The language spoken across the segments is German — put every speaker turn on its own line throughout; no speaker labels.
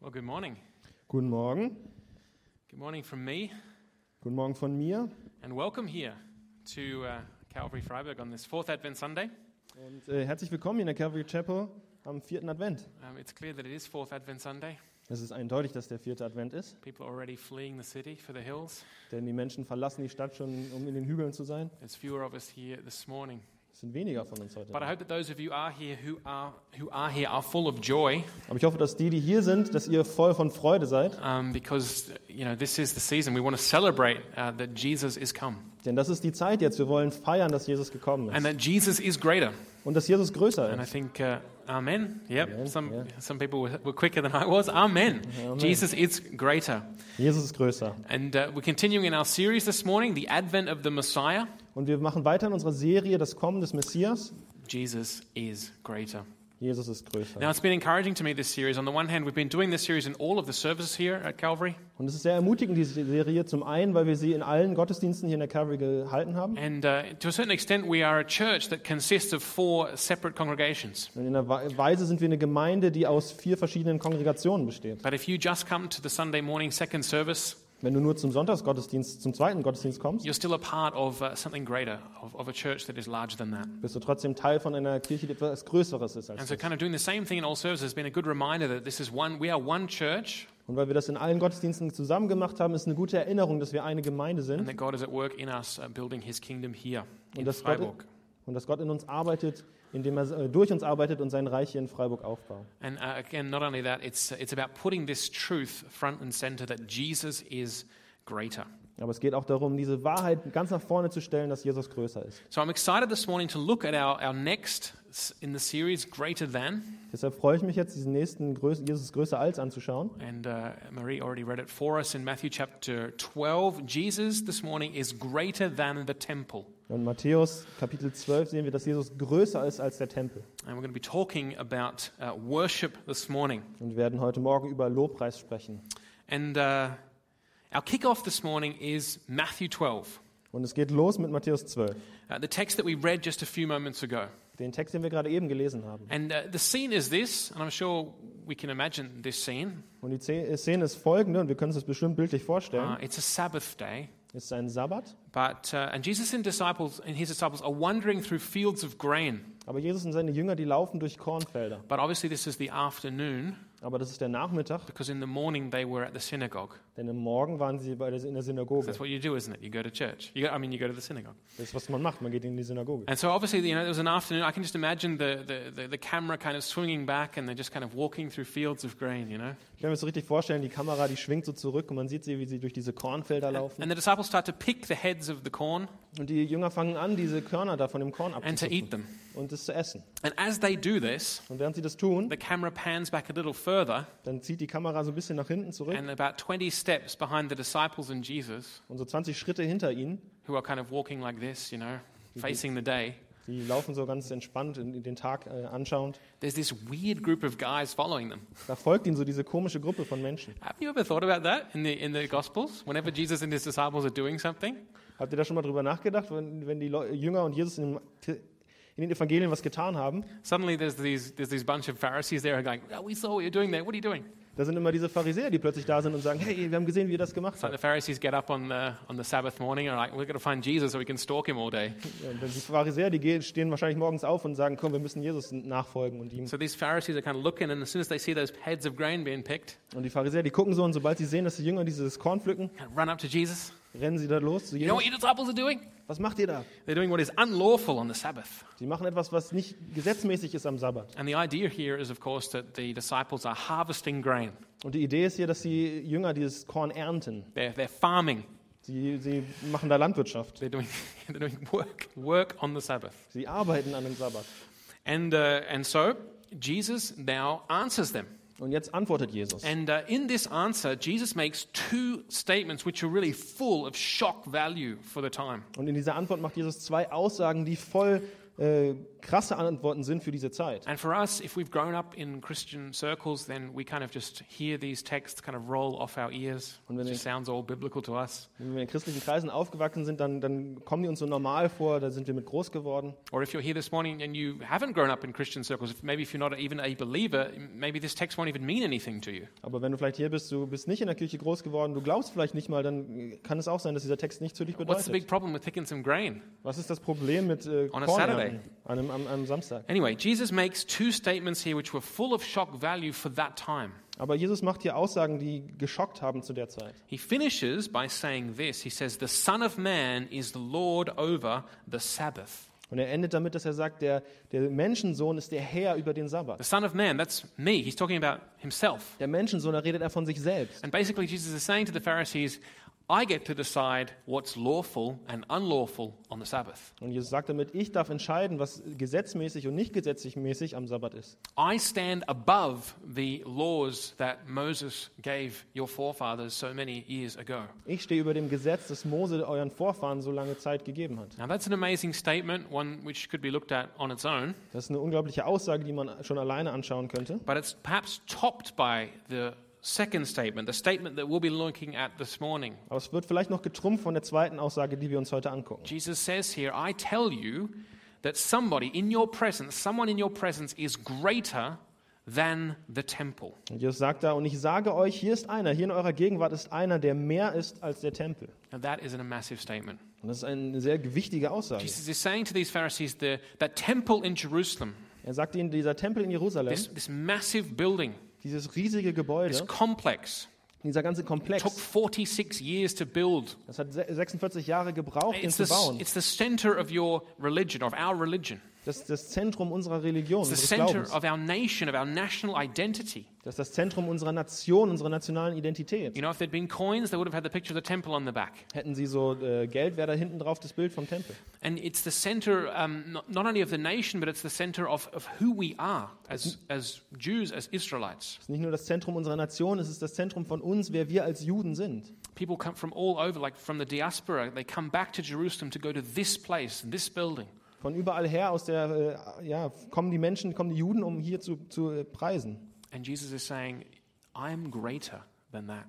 Well, good morning.
Guten Morgen.
Good morning from me,
Guten Morgen von mir
and welcome here to uh, Calvary Freiburg on this fourth Advent Sunday.
und äh, herzlich willkommen in der Calvary Chapel am vierten Advent.
Um, it's clear that it is fourth Advent Sunday.
Es ist eindeutig, dass der vierte Advent ist,
People are already fleeing the city for the hills.
denn die Menschen verlassen die Stadt schon, um in den Hügeln zu sein.
There's fewer of us here this morning.
Es sind weniger von uns heute.
But I hope that those of you are here who are, who are here are full of joy
Aber ich hoffe, dass die, die hier sind, dass ihr voll von Freude seid,
um, because, you know, this is the season. We want to celebrate uh, that Jesus is come
denn das ist die Zeit jetzt. Wir wollen feiern, dass Jesus gekommen
and
ist
that Jesus is greater.
und dass Jesus größer
And I
ist.
think, uh, Amen. Yep.
Amen,
some,
yeah.
some people were, were quicker than I was. amen.
Amen.
Jesus is greater.
Jesus ist größer.
And uh, we're continuing in our series this morning, The Advent of the Messiah.
Und wir machen weiter in unserer Serie das Kommen des Messias.
Jesus is greater.
Jesus ist
Now,
größer.
it's been encouraging to me this series. On the one hand, we've been doing this series in all of the services here at Calvary.
Und es ist sehr ermutigend, diese Serie zum einen, weil wir sie in allen Gottesdiensten hier in der Calvary gehalten haben.
And uh, to a certain extent, we are a church that consists of four separate congregations.
Und in einer Wei- Weise sind wir eine Gemeinde, die aus vier verschiedenen Kongregationen besteht.
But if you just come to the Sunday morning second service,
Wenn du nur zum Sonntagsgottesdienst, zum zweiten Gottesdienst kommst,
you're still a part of uh, something greater, of, of a church that is larger than that.
bist du trotzdem Teil von einer Kirche, die etwas Größeres ist als
And so,
das.
kind of doing the same thing in all services has been a good reminder that this is one, we are one church
Und weil wir das in allen Gottesdiensten zusammen gemacht haben, ist eine gute Erinnerung, dass wir eine Gemeinde
and
sind
that God is at work in us, uh, building his kingdom here in
und dass, Gott,
Freiburg.
und dass Gott in uns arbeitet, indem er äh, durch uns arbeitet und sein Reich hier in Freiburg aufbaut.
And uh, again, not only that, it's, it's about putting this truth front and center that Jesus is greater.
Aber es geht auch darum, diese Wahrheit ganz nach vorne zu stellen, dass Jesus größer ist.
So I'm excited this morning to look at our, our next s- in the series, Greater Than.
Deshalb freue ich mich jetzt, diesen nächsten Größ Jesus größer als anzuschauen.
And uh, Marie already read it for us in Matthew chapter 12. Jesus this morning is greater than the temple.
Und in Matthäus Kapitel 12 sehen wir, dass Jesus größer ist als der Tempel.
And we're going to be talking about uh, worship this morning.
Und wir werden heute Morgen über Lobpreis sprechen.
And uh, our kickoff this morning is Matthew 12,
Und es geht los mit Matthäus 12,
uh, the text that we read just a few moments ago.
den Text, den wir gerade eben gelesen haben.
And uh, the scene is this, and I'm sure we can imagine this scene.
Und die Ze- Szene ist folgende, und wir können uns das bestimmt bildlich
Uh,
vorstellen.
it's a Sabbath day,
Es ist ein Sabbat,
but uh, and Jesus and disciples and his disciples are wandering through fields of grain.
aber Jesus und seine Jünger, die laufen durch Kornfelder.
But obviously, this is the afternoon
Aber das ist der Nachmittag,
because in the morning they were at the synagogue.
denn im Morgen waren sie bei der, in der Synagoge.
That's what you do, isn't it? You go to church. You go, I mean, you go to the synagogue.
Das ist, was man macht, man geht in die Synagoge.
And so obviously, you know, it was an afternoon. I can just imagine the, the, the, the camera kind of swinging back and they're just kind of walking through fields of grain, you know.
Ich kann mir das so richtig vorstellen, die Kamera, die schwingt so zurück und man sieht sie, wie sie durch diese Kornfelder laufen.
And the disciples start to pick the heads of the corn
Und die Jünger fangen an, diese Körner da von dem Korn
and to eat
abzuzupfen
them.
und es zu essen.
And as they do this,
Und während sie das tun,
The camera pans back a little further,
Dann zieht die Kamera so ein bisschen nach hinten zurück
and about 20 steps behind the disciples and Jesus,
und so 20 Schritte hinter ihnen.
who are kind of walking like this, you know, facing the day,
Die laufen so ganz entspannt in in den Tag äh, anschauend.
there's this weird group of guys following them.
Da folgt ihnen so diese komische Gruppe von Menschen.
Have you ever thought about that in the, in the Gospels? Whenever Jesus and his disciples are doing something,
Habt ihr da schon mal drüber nachgedacht, wenn, wenn die Leu- Jünger und Jesus in, dem, in den Evangelien was getan haben?
suddenly there's these, there's these bunch of Pharisees there who are going, oh, We saw what you're doing there. What are you doing?
Da sind immer diese Pharisäer, die plötzlich da sind und sagen, hey, wir haben gesehen, wie ihr das gemacht
It's like
habt.
the Pharisees get up on the, on the Sabbath morning, all right, we're going to find Jesus so we can stalk him all day.
Ja, und dann die Pharisäer, die gehen, stehen wahrscheinlich morgens auf und sagen, komm, wir müssen Jesus nachfolgen und ihm.
So these Pharisees are kind of looking, and as soon as they see those heads of grain being picked,
Und die Pharisäer, die gucken so und sobald sie sehen, dass die Jünger dieses Korn pflücken,
kind of run up to Jesus.
rennen sie da los zu
You know what
Jesus.
your disciples are doing?
Was macht ihr da?
They're doing what is unlawful on the Sabbath.
Sie machen etwas, was nicht gesetzmäßig ist am Sabbat.
And the idea here is, of course, that the disciples are harvesting grain.
Und die Idee ist hier, dass die Jünger dieses Korn ernten.
They're, they're farming.
Sie, sie machen da Landwirtschaft.
They're doing, they're doing work, work on the Sabbath.
Sie arbeiten an dem Sabbat.
And, uh, and so Jesus now answers them.
Und jetzt antwortet Jesus.
And uh, in this answer, Jesus makes two statements which are really full of shock value for the time.
Und in dieser Antwort macht Jesus zwei Aussagen, die voll äh, krasse Antworten sind für diese Zeit.
And for us, if we've grown up in Christian circles, then we kind of just hear these texts kind of roll off our ears.
Und wenn
It just sounds all biblical to us.
Wenn wir in christlichen Kreisen aufgewachsen sind, dann, dann kommen die uns so normal vor, da sind wir mit groß geworden.
Or if you're here this morning and you haven't grown up in Christian circles, if maybe if you're not even a believer, maybe this text won't even mean anything to you.
Aber wenn du vielleicht hier bist, du bist nicht in der Kirche groß geworden, du glaubst vielleicht nicht mal, dann kann es auch sein, dass dieser Text nichts für dich
What's the
bedeutet.
big problem with picking some grain?
Was ist das Problem mit äh,
On a
Korn an,
Saturday.
an einem, am, am Samstag?
Anyway, Jesus makes two statements here which were full of shock value for that time.
Aber Jesus macht hier Aussagen, die geschockt haben zu der Zeit.
He finishes by saying this He says, The Son of Man is the Lord over the Sabbath.
Und er endet damit, dass er sagt, der, der Menschensohn ist der Herr über den
The
Sabbat.
Son of Man, that's me. He's talking about himself.
Der Menschensohn, da redet er von sich selbst.
And basically, Jesus is saying to the Pharisees, I get to decide what's lawful and unlawful on the Sabbath.
Und Jesus sagt damit, ich darf entscheiden, was gesetzmäßig und nicht gesetzlich mäßig am Sabbat ist.
I stand above the laws that Moses gave your forefathers so many years ago.
Ich stehe über dem Gesetz, das Mose euren Vorfahren so lange Zeit gegeben hat.
Now, that's an amazing statement, one which could be looked at on its own,
Das ist eine unglaubliche Aussage, die man schon alleine anschauen könnte.
but it's perhaps topped by the second statement, the statement that we'll be looking at this morning.
Aber es wird vielleicht noch getrumpft von der zweiten Aussage, die wir uns heute angucken.
Jesus says here, I tell you that somebody in your presence, someone in your presence is greater than the temple.
Und Jesus sagt da, und ich sage euch, hier ist einer, hier in eurer Gegenwart ist einer, der mehr ist als der Tempel.
Now, that is a massive statement.
Und das ist eine sehr gewichtige Aussage.
Jesus is saying to these Pharisees, the, that temple in Jerusalem,
Er sagt ihnen, dieser Tempel in Jerusalem,
this, this massive building,
dieses riesige
this
Gebäude,
complex,
dieser ganze
took
Komplex,
46 years to build.
das hat se- 46 Jahre gebraucht, ihn
It's
zu
the,
bauen.
it's the center of your religion, of our religion.
Das ist das Zentrum unserer Religion,
It's the
unseres
center
Glaubens.
of our nation, of our national identity.
Das ist das Zentrum unserer Nation, unserer nationalen Identität.
You know, if there'd been coins, they would have had the picture of the temple on the back.
Hätten sie so äh, Geld, wäre da hinten drauf das Bild vom Tempel.
And it's the center um, not, not only of the nation, but it's the center of, of who we are as, as Jews, as Israelites.
Es ist nicht nur das Zentrum unserer Nation, es ist das Zentrum von uns, wer wir als Juden sind.
People come from all over, like from the diaspora, they come back to Jerusalem to go to this place, this building.
Von überall her aus der, äh, ja, kommen die Menschen, kommen die Juden, um hier zu, zu äh, preisen.
And Jesus is saying, I am greater than that.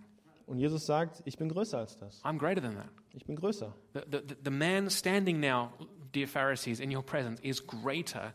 Und Jesus sagt, ich bin größer als das.
I'm greater than that.
Ich bin größer.
The, the, the man standing now, dear Pharisees, in your presence is greater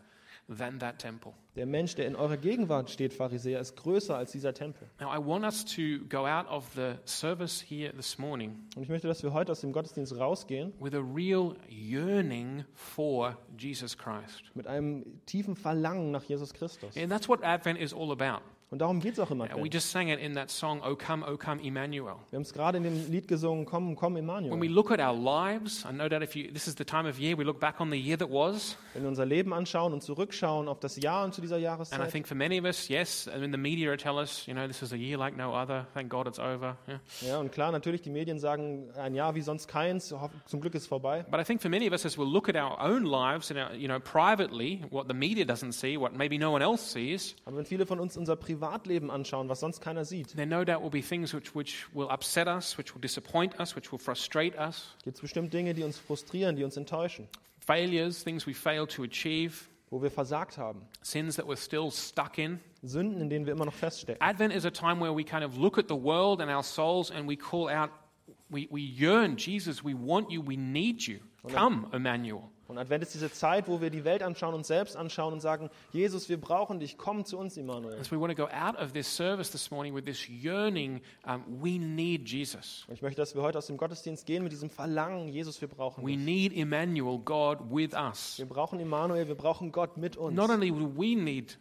than that temple.
Der Mensch, der in eurer Gegenwart steht, Pharisäer, ist größer als dieser Tempel.
Now, I want us to go out of the service here this morning
Und ich möchte, dass wir heute aus dem Gottesdienst rausgehen
with a real yearning for Jesus Christ.
mit einem tiefen Verlangen nach Jesus Christus.
And that's what Advent is all about.
Und darum geht es auch immer.
Uh, We
Advent.
just sang it in that song, O Come, O Come, Emmanuel.
Wir haben es gerade in dem Lied gesungen, komm, komm, Emmanuel.
When we look at our lives, and no doubt if you, this is the time of year, we look back on the year that was.
Wenn wir unser Leben anschauen und zurückschauen auf das Jahr und zu dieser
And I
Jahreszeit,
think for many of us, yes, I mean, the media tell us, you know, this is a year like no other. Thank God it's over. Yeah.
ja, und klar, natürlich, die Medien sagen, ein Jahr wie sonst keins, hoff- zum Glück ist vorbei.
But I think for many of us, as we look at our own lives, and our, you know, privately, what the media doesn't see, what maybe no one else sees,
Aber wenn viele von uns unser Privatleben anschauen, was sonst keiner sieht,
there no doubt will be things which, which will upset us, which will disappoint us, which will frustrate us,
gibt es bestimmt Dinge, die uns frustrieren, die uns enttäuschen,
failures, things we fail to achieve,
wo wir versagt haben,
sins that we're still stuck in.
Sünden, in denen wir immer noch feststecken.
Advent is a time where we kind of look at the world and our souls and we call out, we, we yearn, Jesus, we want you, we need you. Come, Emmanuel.
Und Advent ist diese Zeit, wo wir die Welt anschauen, uns selbst anschauen und sagen, Jesus, wir brauchen dich, komm zu uns, Emmanuel.
As we want to go out of this service this morning with this yearning, um, we need Jesus.
Und ich möchte, dass wir heute aus dem Gottesdienst gehen mit diesem Verlangen, Jesus, wir brauchen
We
dich.
need Emmanuel, God, with us.
Wir brauchen Emmanuel, wir brauchen Gott mit uns.
Not only do we need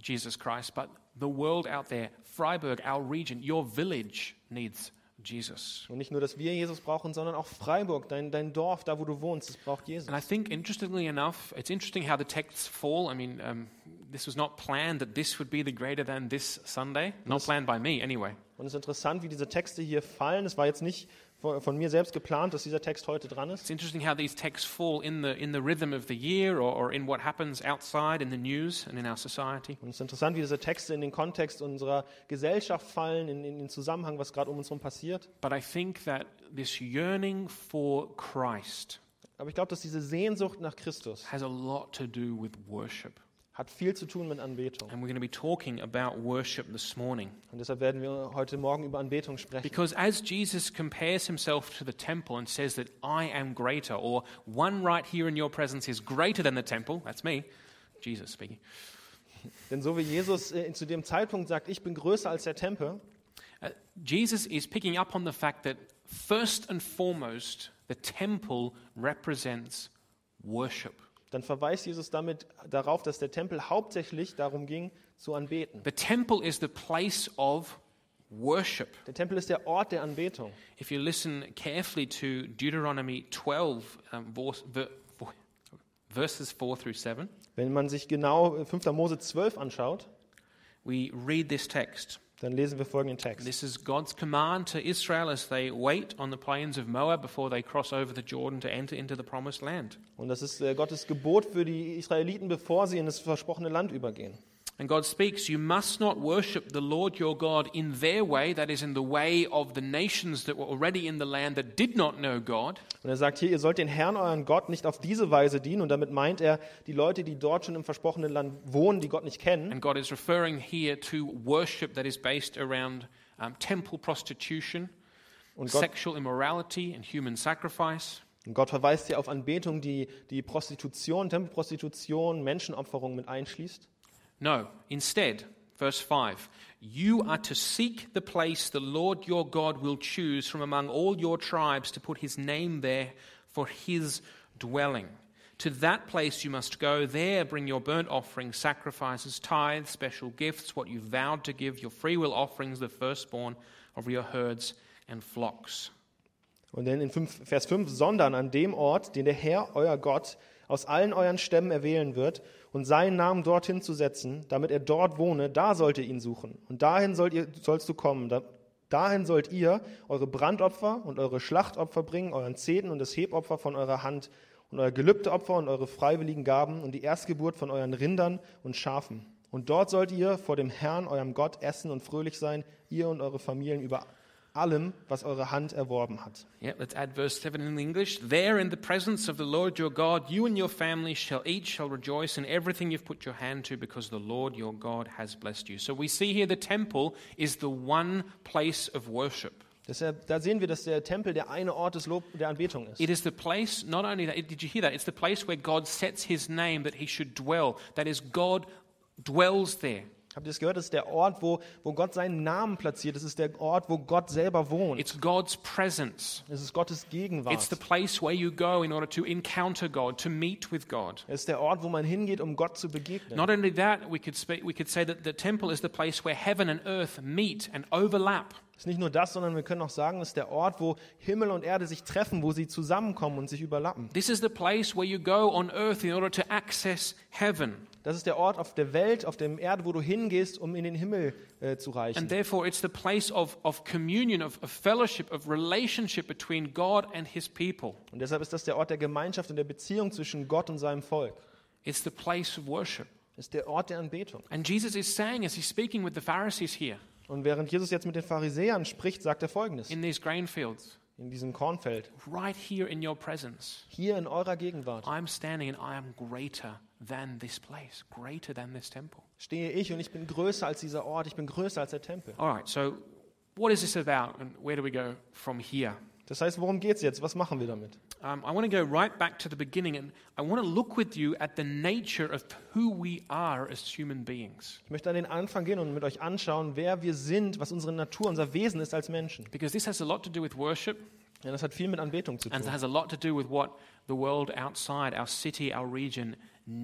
Jesus Christ, but the world out there, Freiburg, our region, your village needs Jesus.
Und nicht nur, dass wir Jesus brauchen, sondern auch Freiburg, dein, dein Dorf, da wo du wohnst, es braucht Jesus.
And I think, interestingly enough, it's interesting how the texts fall. I mean, um, this was not planned that this would be the greater than this Sunday. Not planned by me, anyway.
Und es ist interessant, wie diese Texte hier fallen. Es war jetzt nicht von, von mir selbst geplant, dass dieser Text heute dran ist.
It's interesting how these texts fall in the, in the rhythm of the year or, or in what happens outside in the news and in our society.
Und es ist interessant, wie diese Texte in den Kontext unserer Gesellschaft fallen, in, in den Zusammenhang, was gerade um uns herum passiert.
But I think that this yearning for Christ,
Aber ich glaube, dass diese Sehnsucht nach Christus
has a lot to do with worship.
hat viel zu tun mit Anbetung.
And we're going to be talking about worship this morning.
Und deshalb werden wir heute Morgen über Anbetung sprechen.
Because as Jesus compares himself to the temple and says that I am greater, or one right here in your presence is greater than the temple, that's me, Jesus speaking.
Denn so wie Jesus äh, zu dem Zeitpunkt sagt, ich bin größer als der Tempel,
Uh, Jesus is picking up on the fact that first and foremost, the temple represents worship.
dann verweist Jesus damit darauf, dass der Tempel hauptsächlich darum ging, zu anbeten.
The temple is the place of worship.
Der Tempel ist der Ort der Anbetung.
If you listen carefully to Deuteronomy 12, um, verse, ver, vo- verses 4 through 7,
Wenn man sich genau äh, 5. Mose 12 anschaut,
we read this text.
dann lesen wir folgenden Text.
This is God's command to Israel as they wait on the plains of Moab before they cross over the Jordan to enter into the promised land.
Und das ist äh, Gottes Gebot für die Israeliten, bevor sie in das versprochene Land übergehen.
And God speaks, You must not worship the Lord your God in their way, that is, in the way of the nations that were already in the land that did not know God,
Und er sagt hier, ihr sollt den Herrn, euren Gott, nicht auf diese Weise dienen. Und damit meint er die Leute, die dort schon im versprochenen Land wohnen, die Gott nicht kennen.
And God is referring here to worship that is based around um, temple prostitution,
Und Gott,
sexual immorality, and human sacrifice.
und Gott verweist hier auf Anbetung, die die Prostitution, Tempelprostitution, Menschenopferung mit einschließt.
No, instead, verse 5 you are to seek the place the Lord your God will choose from among all your tribes to put his name there for his dwelling. To that place you must go. There bring your burnt offerings, sacrifices, tithes, special gifts, what you vowed to give, your freewill offerings, the firstborn of your herds and flocks.
Und dann in 5, Vers 5, sondern an dem Ort, den der Herr, euer Gott, aus allen euren Stämmen erwählen wird und seinen Namen dorthin zu setzen, damit er dort wohne, da sollt ihr ihn suchen. Und dahin sollt ihr, sollst du kommen. Da, dahin sollt ihr eure Brandopfer und eure Schlachtopfer bringen, euren Zeden und das Hebopfer von eurer Hand und euer Gelübdeopfer und eure freiwilligen Gaben und die Erstgeburt von euren Rindern und Schafen. Und dort sollt ihr vor dem Herrn, eurem Gott, essen und fröhlich sein, ihr und eure Familien über allem, was eure Hand erworben hat.
Yeah, let's add verse 7 in English. There, in the presence of the Lord your God, you and your family shall eat, shall rejoice in everything you've put your hand to, because the Lord your God has blessed you. So we see here the temple is the one place of worship.
Deshalb, da sehen wir, dass der Tempel der eine Ort des Lob der Anbetung ist.
It is the place, not only that, did you hear that? It's the place where God sets his name that he should dwell. That is, God dwells there.
Habt ihr das gehört? Das ist der Ort, wo, wo Gott seinen Namen platziert. Das ist der Ort, wo Gott selber wohnt.
It's God's presence.
Es ist Gottes
It's
Gegenwart.
the place where you go in order to encounter God, to meet with God.
Es ist der Ort, wo man hingeht, um Gott zu begegnen.
Not only that, we could, spe- we could say that the temple is the place where heaven and earth meet and overlap.
Es ist nicht nur das, sondern wir können auch sagen, es ist der Ort, wo Himmel und Erde sich treffen, wo sie zusammenkommen und sich überlappen.
This is the place where you go on earth in order to access heaven.
Das ist der Ort auf der Welt, auf der Erde, wo du hingehst, um in den Himmel äh, zu reichen.
And therefore, it's the place of, of communion, of, of fellowship, of relationship between God and his people.
Und deshalb ist das der Ort der Gemeinschaft und der Beziehung zwischen Gott und seinem Volk.
It's the place of worship.
Es ist der Ort der Anbetung.
And Jesus is saying, as he's speaking with the Pharisees here
Und während Jesus jetzt mit den Pharisäern spricht, sagt er Folgendes.
in these grain fields,
in diesem Kornfeld,
right here in your presence,
hier in eurer Gegenwart,
I'm standing and I am greater than this place, greater than this temple.
stehe ich und ich bin größer als dieser Ort, ich bin größer als der Tempel.
All right, so what is this about and where do we go from here?
Das heißt, worum geht's jetzt? Was machen wir damit?
Um, I want to go right back to the beginning and I want to look with you at the nature of who we are as human beings.
Ich möchte an den Anfang gehen und mit euch anschauen, wer wir sind, was unsere Natur, unser Wesen ist als Menschen.
Because this has a lot to do with worship
Denn das hat viel mit Anbetung zu
and it
tun.
has a lot to do with what the world outside, our city, our region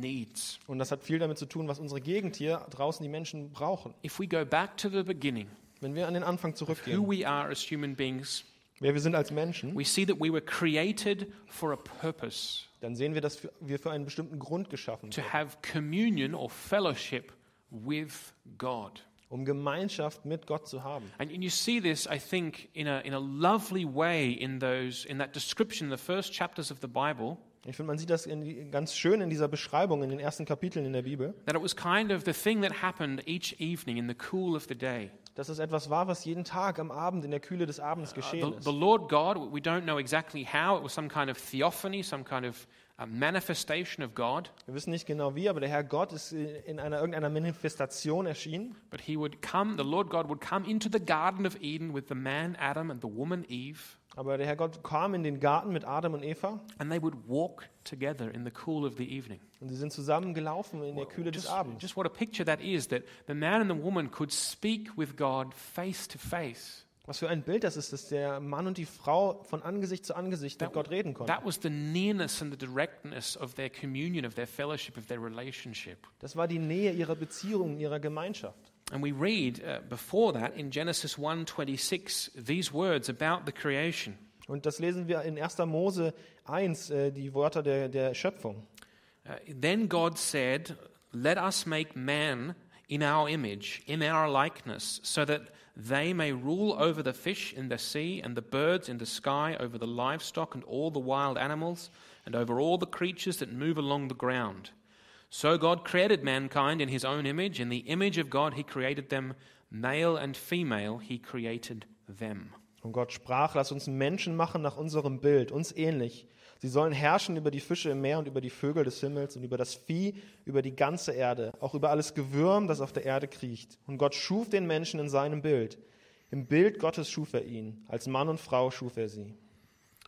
needs.
Und das hat viel damit zu tun, was unsere Gegend hier draußen die Menschen brauchen.
If we go back to the beginning,
Wenn wir an den Anfang
who
zurückgehen,
we are as human beings,
wer wir sind als Menschen,
we see that we were created for a purpose
dann sehen wir, dass wir für einen bestimmten Grund geschaffen
to
sind,
have communion or fellowship with God.
um Gemeinschaft mit Gott zu haben.
And, and you see this, I think, in a, in a lovely way in, those, in that description, in the first chapters of the Bible,
Ich finde, man sieht das in, die- ganz schön in dieser Beschreibung, in den ersten Kapiteln in der Bibel.
that it was kind of the thing that happened each evening in the cool of the day.
dass es etwas war, was jeden Tag am Abend in der Kühle des Abends geschehen
Uh, The,
ist.
the Lord God, we don't know exactly how, it was some kind of theophany, some kind of uh manifestation of God,
Wir wissen nicht genau wie, aber der Herr Gott ist in einer irgendeiner Manifestation erschienen.
but he would come, the Lord God would come into the Garden of Eden with the man Adam and the woman Eve,
Aber der Herr Gott kam in den Garten mit Adam und Eva
and they would walk together in the cool of the evening.
und sie sind zusammen gelaufen in der Kühle des Abends.
Just what a picture that is that the man and the woman could speak with God face to face.
Was für ein Bild das ist, dass der Mann und die Frau von Angesicht zu Angesicht mit Gott reden konnten.
That was the nearness and the directness of their communion, of their fellowship, of their relationship.
Das war die Nähe ihrer Beziehung, ihrer Gemeinschaft.
And we read uh, before that in Genesis 1:26 these words about the creation.
Und das lesen wir in 1. Mose 1, äh, die Wörter der, der Schöpfung.
Uh, then God said, "Let us make man in our image, in our likeness, so that they may rule over the fish in the sea and the birds in the sky, over the livestock and all the wild animals, and over all the creatures that move along the ground." So God created mankind in his own image, in the image of God he created them, male and female he created them.
Und Gott sprach, lass uns Menschen machen nach unserem Bild, uns ähnlich. Sie sollen herrschen über die Fische im Meer und über die Vögel des Himmels und über das Vieh, über die ganze Erde, auch über alles Gewürm, das auf der Erde kriecht. Und Gott schuf den Menschen in seinem Bild. Im Bild Gottes schuf er ihn. Als Mann und Frau schuf er sie.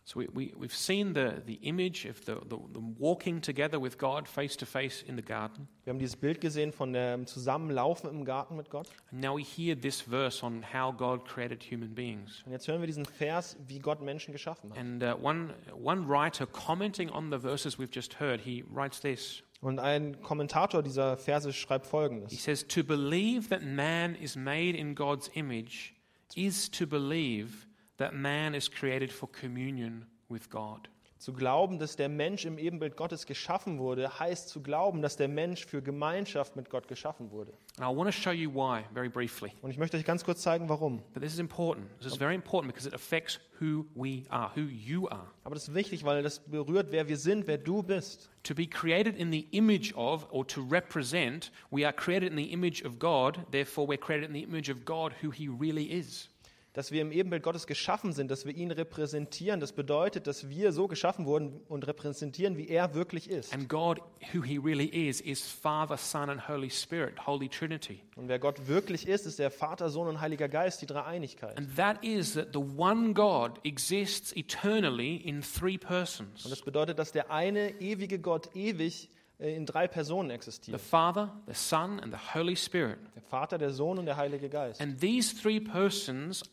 So we, we, we've seen the, the image of the, the, the walking together with God face to face in the garden.
Wir haben dieses Bild gesehen von dem Zusammenlaufen im Garten mit Gott.
And now we hear this verse on how God created human beings.
Und jetzt hören wir diesen Vers, wie Gott Menschen geschaffen hat.
And uh, one, one writer commenting on the verses we've just heard, he writes this.
Und ein Kommentator dieser Verse schreibt
He
folgendes.
says, To believe that man is made in God's image is to believe that man is created for communion with God.
Zu glauben, dass der Mensch im Ebenbild Gottes geschaffen wurde, heißt zu glauben, dass der Mensch für Gemeinschaft mit Gott geschaffen wurde.
And I want to show you why very briefly.
Und ich möchte euch ganz kurz zeigen, warum.
But this is important. This is very important because it affects who we are, who you are.
Aber das ist wichtig, weil das berührt, wer wir sind, wer du bist.
To be created in the image of, or to represent, we are created in the image of God, therefore, we're created in the image of God, who He really is.
Dass wir im Ebenbild Gottes geschaffen sind, dass wir ihn repräsentieren, das bedeutet, dass wir so geschaffen wurden und repräsentieren, wie er wirklich ist.
And God, who He really is, is Father, Son, and Holy Spirit, Holy Trinity.
Und wer Gott wirklich ist, ist der Vater, Sohn und Heiliger Geist, die Dreieinigkeit.
And that is that the one God exists eternally in three
Und
persons
das bedeutet, dass der eine ewige Gott ewig äh, in drei Personen
the
existiert.
Father, the Son, and the Holy Spirit.
Der Vater, der Sohn und der Heilige Geist.
And these three persons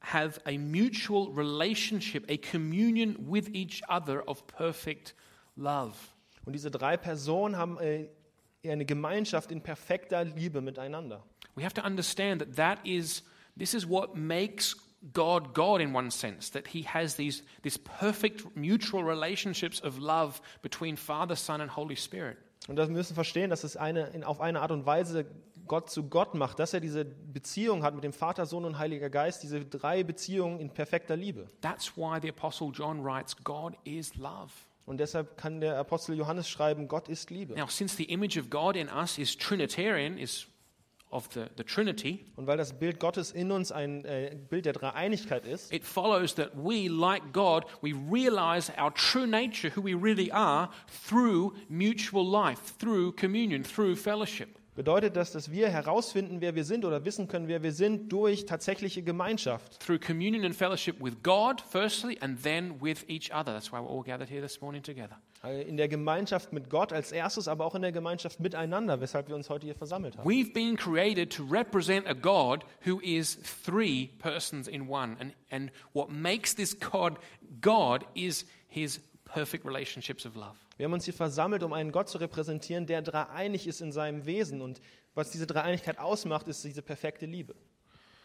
have a mutual relationship, a communion with each other of perfect love.
Und diese drei Personen haben äh, eine Gemeinschaft in perfekter Liebe miteinander.
We have to understand that that is this is what makes God God in one sense that he has these this perfect mutual relationships of love between Father, Son and Holy Spirit.
Und das müssen wir verstehen, dass es eine, in, auf eine Art und Weise Gott zu Gott macht, dass er diese Beziehung hat mit dem Vater, Sohn und Heiliger Geist, diese drei Beziehungen in perfekter Liebe.
That's why the apostle John writes God is love.
Und deshalb kann der Apostel Johannes schreiben, Gott ist Liebe.
Now since the image of God in us is trinitarian is of the, the Trinity,
Und weil das Bild Gottes in uns ein äh, Bild der Dreieinigkeit ist,
it follows that we, like God, we realize our true nature, who we really are, through mutual life, through communion, through fellowship.
bedeutet das, dass wir herausfinden, wer wir sind oder wissen können, wer wir sind, durch tatsächliche Gemeinschaft.
through communion and fellowship with God, firstly, and then with each other. That's why we're all gathered here this morning together.
Äh, In der Gemeinschaft mit Gott als erstes, aber auch in der Gemeinschaft miteinander, weshalb wir uns heute hier versammelt haben.
We've been created to represent a God who is three persons in one. And, and what makes this God God is his perfect relationships of love.
Wir haben uns hier versammelt, um einen Gott zu repräsentieren, der dreieinig ist in seinem Wesen. Und was diese Dreieinigkeit ausmacht, ist diese perfekte Liebe.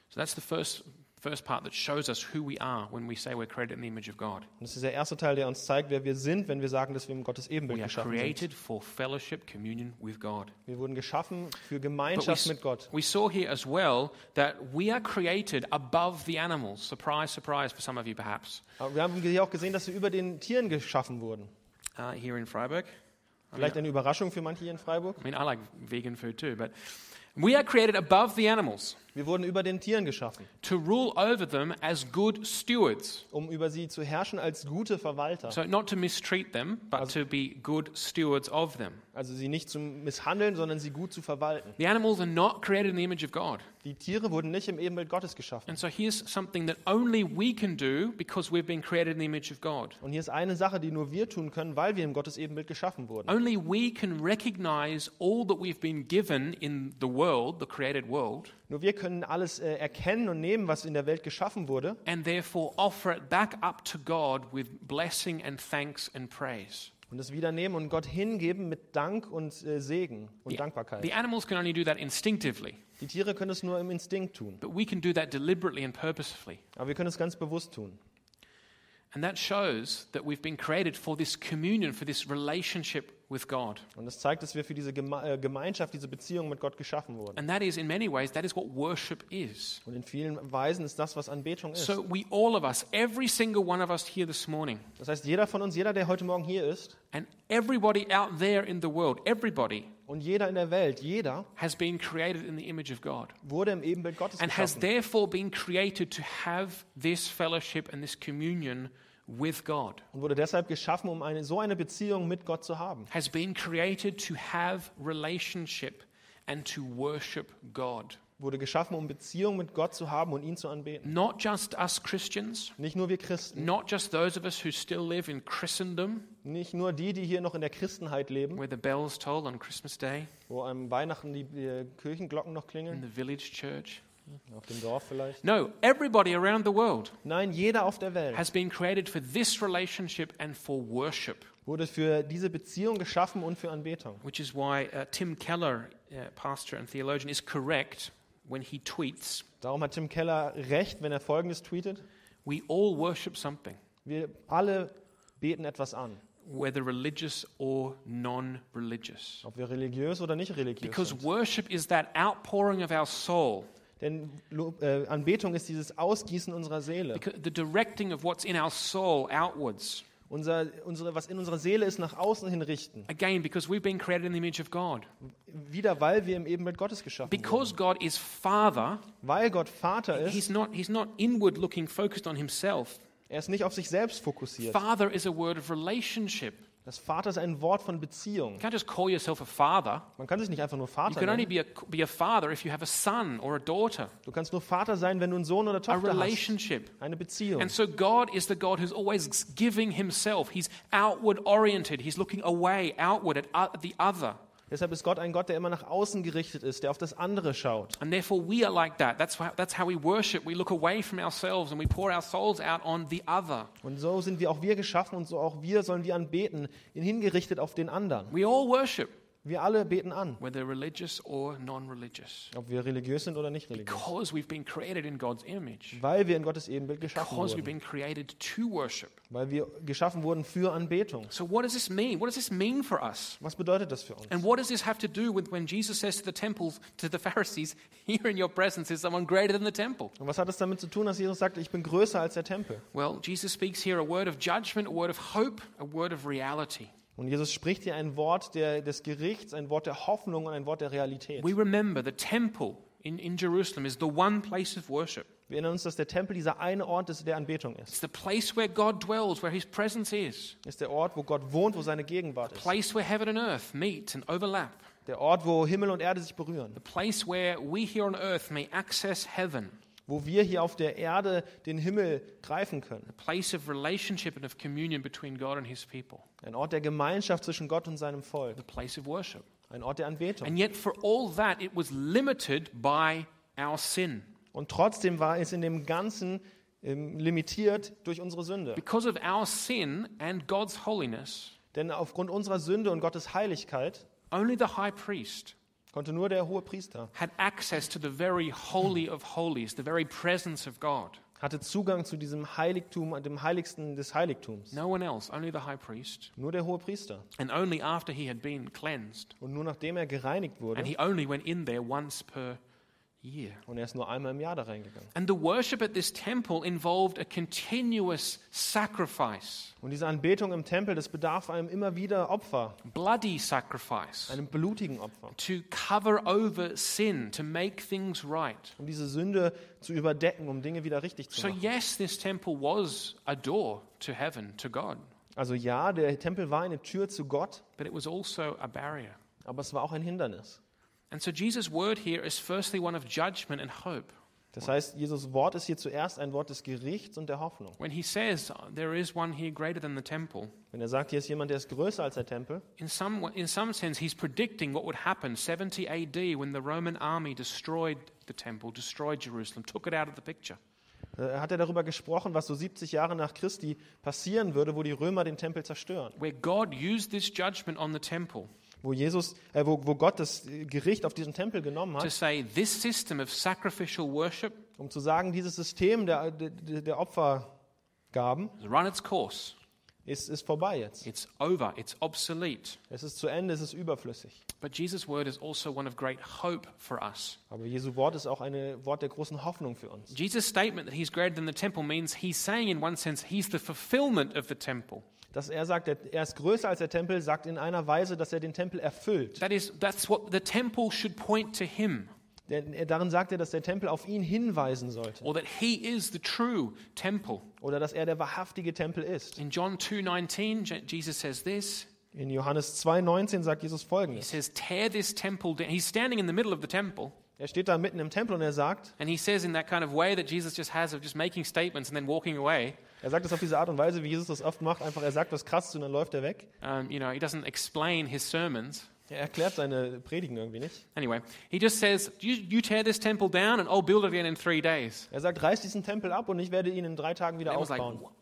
So that's the first, first part that shows us who we are when we say we're created in the image of God.
Und das ist der erste Teil, der uns zeigt, wer wir sind, wenn wir sagen, dass wir im Gottes Ebenbild
We are
geschaffen sind.
created for fellowship, communion with God.
Wir wurden geschaffen für
But
Gemeinschaft
we, s-
mit Gott.
we saw here as well that we are created above the animals. Surprise, surprise for some of you, perhaps,
Aber wir haben hier auch gesehen, dass wir über den Tieren geschaffen wurden.
uh, here in Freiburg.
Vielleicht eine Überraschung für manche hier in Freiburg.
I mean, I like vegan food too, but we are created above the animals.
Wir wurden über den Tieren geschaffen,
to rule over them as good stewards.
um über sie zu herrschen als gute Verwalter.
So, not to mistreat them, but to be good stewards of them.
Also sie nicht zu misshandeln, sondern sie gut zu verwalten.
The animals are not created in the image of God.
Die Tiere wurden nicht im Ebenbild Gottes geschaffen.
And so, here's something that only we can do because we've been created in the image of God.
Und hier ist eine Sache, die nur wir tun können, weil wir im Gottes Ebenbild geschaffen wurden.
Only we can recognize all that we've been given in the world, the created world,
Nur wir können alles äh, erkennen und nehmen, was in der Welt geschaffen wurde,
and therefore offer it back up to God with blessing and thanks and praise.
und es wieder nehmen und Gott hingeben mit Dank und äh, Segen und Dankbarkeit.
The animals can only do that instinctively,
die Tiere können es nur im Instinkt tun,
but we can do that deliberately and purposefully.
aber wir können es ganz bewusst tun.
And that shows that we've been created for this communion, for this relationship with God.
Und das zeigt, dass wir für diese Geme äh, Gemeinschaft, diese Beziehung mit Gott geschaffen wurden.
And that is, in many ways, that is what worship is.
Und in vielen Weisen ist das, was Anbetung ist.
So, we all of us, every single one of us here this morning,
Das heißt, jeder von uns, jeder, der heute Morgen hier ist
and everybody out there in the world, everybody
und jeder in der Welt, jeder
has been created in the image of God
wurde im Ebenbild Gottes
and has
geschaffen
therefore been created to have this fellowship and this communion with God,
und wurde deshalb geschaffen, um eine, so eine Beziehung mit Gott zu haben.
has been created to have relationship and to worship God.
Wurde geschaffen, um Beziehung mit Gott zu haben und ihn zu anbeten.
Not just us Christians,
Nicht nur wir Christen,
not just those of us who still live in Christendom,
nicht nur die, die hier noch in der Christenheit leben,
where the bells toll on Christmas Day,
wo am Weihnachten die, die Kirchenglocken noch
in
klingeln,
the village church.
auf dem Dorf vielleicht.
No, everybody around the world
Nein, jeder auf der Welt
has been created for this relationship and for worship.
wurde für diese Beziehung geschaffen und für Anbetung.
Which is why uh, Tim Keller, uh, pastor and theologian, is correct when he tweets
Darum hat Tim Keller recht, wenn er Folgendes tweetet.
We all worship something,
Wir alle beten etwas an,
whether religious or non religious.
ob wir religiös oder nicht religiös
Because
sind.
worship is that outpouring of our soul,
Denn Lob, äh, Anbetung ist dieses Ausgießen unserer Seele.
because the directing of what's in our soul outwards.
Unser, unsere, was in unserer Seele ist, nach außen hin richten.
Again, because we've been created in the image of God.
Wieder, weil wir im Ebenbild Gottes geschaffen
Because God is Father,
wurden. Weil Gott Vater ist,
he's not, he's not inward looking, focused on himself.
er ist nicht auf sich selbst fokussiert.
Father is a word of relationship.
Das Vater ist ein Wort von Beziehung.
You can't just call yourself a father.
Man kann sich nicht einfach nur
You
Vater
can only
nennen.
be a, be a father if you have a son or a daughter,
Du kannst nur Vater sein, wenn du einen Sohn oder
a
Tochter hast.
relationship.
Eine Beziehung.
And so God is the God who's always giving himself. He's outward oriented. He's looking away, outward at o- the other.
Deshalb ist Gott ein Gott, der immer nach außen gerichtet ist, der auf das andere schaut.
And therefore, we are like that. That's how, that's how we worship. We look away from ourselves and we pour our souls out on the other.
Und so sind wir auch wir geschaffen und so auch wir sollen wir anbeten, ihn hingerichtet auf den anderen.
We all worship,
Wir alle beten an,
whether religious or non religious,
ob wir religiös sind oder nicht religiös.
because we've been created in God's image,
Weil wir in Gottes Ebenbild geschaffen
because we've been
wurden.
created to worship.
Weil wir geschaffen wurden für Anbetung.
So, what does this mean? What does this mean for us?
Was bedeutet das für uns?
And what does this have to do with when Jesus says to the temples, to the Pharisees, here in your presence is someone greater than the temple?
Und was hat es damit zu tun, dass Jesus sagt, ich bin größer als der Tempel?
Well, Jesus speaks here a word of judgment, a word of hope, a word of reality.
Und Jesus spricht hier ein Wort der, des Gerichts, ein Wort der Hoffnung und ein Wort der Realität.
We remember the temple in, in Jerusalem is the one place of worship.
Wir erinnern uns, dass der Tempel dieser eine Ort ist, der Anbetung ist.
It's the place where God dwells, where his presence is,
Ist der Ort, wo Gott wohnt, wo seine Gegenwart ist.
place where heaven and earth meet and overlap,
Der Ort, wo Himmel und Erde sich berühren.
the place where we here on earth may access heaven,
Wo wir hier auf der Erde den Himmel greifen können.
a place of relationship and of communion between God and his people,
Ein Ort der Gemeinschaft zwischen Gott und seinem Volk.
the place of worship.
Ein Ort der Anbetung.
And yet, for all that, it was limited by our sin.
Und trotzdem war es in dem Ganzen ähm, limitiert durch unsere Sünde.
Because of our sin and God's holiness,
Denn aufgrund unserer Sünde und Gottes Heiligkeit
only the high priest
konnte nur der hohe Priester,
had access to the very holy of holies, the very presence of God.
hatte Zugang zu diesem Heiligtum, dem Heiligsten des Heiligtums.
No one else, only the high priest.
Nur der hohe Priester.
And only after he had been cleansed.
Und nur nachdem er gereinigt
And
wurde,
he only went in there once per year.
Und er ist nur einmal im Jahr da reingegangen.
And the worship at this temple involved a continuous sacrifice,
Und diese Anbetung im Tempel, das bedarf einem immer wieder Opfer,
bloody sacrifice,
einem blutigen Opfer,
to cover over sin, to make things right.
um diese Sünde zu überdecken, um Dinge wieder richtig zu
So,
machen.
yes, this temple was a door to heaven, to God,
Also ja, der Tempel war eine Tür zu Gott,
but it was also a barrier.
aber es war auch ein Hindernis.
And so, Jesus' word here is firstly one of judgment and hope.
Das heißt, Jesus Wort ist hier zuerst ein Wort des Gerichts und der Hoffnung.
When he says there is one here greater than the temple,
Wenn er sagt, hier ist jemand, der ist größer als der Tempel,
in some, in some sense, he's predicting what would happen 70 AD when the Roman army destroyed the temple, destroyed Jerusalem, took it out of the picture.
äh, hat er darüber gesprochen, was so 70 Jahre nach Christi passieren würde, wo die Römer den Tempel zerstören.
Where God used this judgment on the temple
Wo, Jesus, äh, wo, wo Gott das äh, Gericht auf diesen Tempel genommen
to
hat,
say this system of sacrificial worship
um zu sagen, dieses System der, der, der Opfergaben
has run its course.
ist, ist vorbei jetzt.
It's over, it's obsolete.
Es ist zu Ende, es ist überflüssig.
But Jesus' word is also one of great hope for us.
Aber Jesu Wort ist auch ein Wort der großen Hoffnung für uns.
Jesus' statement that he's greater than the temple means he's saying, in one sense, he's the fulfillment of the temple.
Dass er sagt, er er ist größer als der Tempel, sagt in einer Weise, dass er den Tempel erfüllt.
That is, that's what the temple should point to him,
Denn er- darin sagt er, dass der Tempel auf ihn hinweisen sollte.
or that he is the true temple.
Oder dass er der wahrhaftige Tempel ist.
In John 2:19, Je- Jesus says this.
In Johannes 2,19 sagt Jesus
He
folgendes.
says, "Tear this temple down." He's standing in the middle of the temple,
Er steht da mitten im Tempel und er sagt,
and he says in that kind of way that Jesus just has of just making statements and then walking away.
er sagt es auf diese Art und Weise, wie Jesus das oft macht, einfach er sagt was krasses und dann läuft er weg.
Um, you know, he doesn't explain his sermons.
Er erklärt seine Predigen irgendwie nicht.
Anyway, he just says, you, you tear this temple down and I'll build it again in three days.
Er sagt, reiß diesen Tempel ab und ich werde ihn in drei Tagen
And
wieder
everyone's like,
aufbauen.
"What?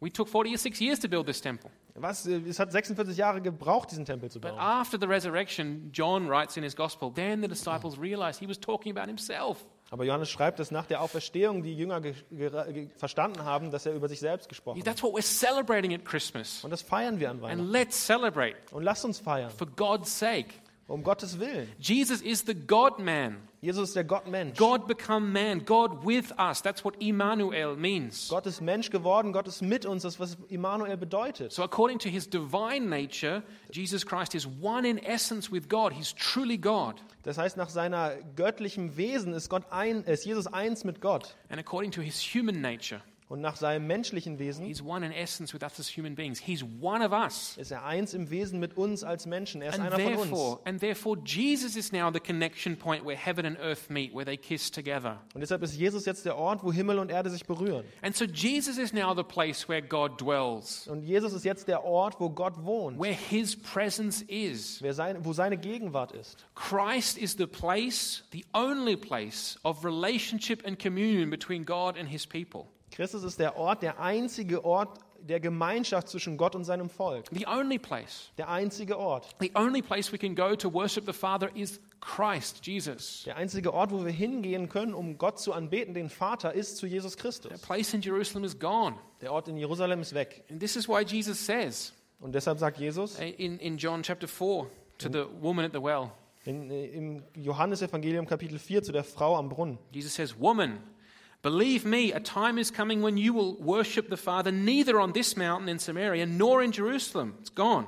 we took 46 years to build this temple.
Was? äh, Es hat 46 Jahre gebraucht, diesen Tempel zu
But
bauen.
after the resurrection, John writes in his gospel, then the disciples realized he was talking about himself.
Aber Johannes schreibt, dass nach der Auferstehung die Jünger ge gera- ge verstanden haben, dass er über sich selbst gesprochen hat.
That's what we're celebrating at Christmas.
Und das feiern wir an Weihnachten.
And let's celebrate
Und lasst uns feiern,
for God's sake.
um Gottes Willen.
Jesus is the God man,
Jesus ist der Gottmensch.
God become man, God with us. That's what Immanuel means.
Gott ist Mensch geworden, Gott ist mit uns, das ist, was Immanuel bedeutet.
So, according to his divine nature, Jesus Christ is one in essence with God. He's truly God.
Das heißt, nach seiner göttlichen Wesen ist, Gott ein, ist Jesus eins mit Gott.
And according to his human nature,
Und nach seinem menschlichen Wesen
he's one in essence with us as human beings. He's one of us.
ist er eins im Wesen mit uns als Menschen. Er ist
And
einer von uns.
therefore, and therefore, Jesus is now the connection point where heaven and earth meet, where they kiss together.
Und deshalb ist Jesus jetzt der Ort, wo Himmel und Erde sich berühren.
And so, Jesus is now the place where God dwells,
Und Jesus ist jetzt der Ort, wo Gott wohnt,
where his presence is.
wer sein, wo seine Gegenwart ist.
Christ is the place, the only place of relationship and communion between God and his people.
Christus ist der Ort, der einzige Ort der Gemeinschaft zwischen Gott und seinem Volk.
The only place.
Der einzige Ort.
The only place we can go to worship the Father is Christ, Jesus.
Der einzige Ort, wo wir hingehen können, um Gott zu anbeten, den Vater, ist zu Jesus
The
Christus.
place in Jerusalem is gone.
Der Ort in Jerusalem ist weg.
And this is why Jesus says eh,
Und deshalb sagt Jesus
in, in John chapter 4 to the woman at the well,
in, äh, im Johannesevangelium Kapitel 4 zu der Frau am Brunnen.
Jesus says, Woman, believe me, a time is coming when you will worship the Father neither on this mountain in Samaria nor in Jerusalem. It's gone.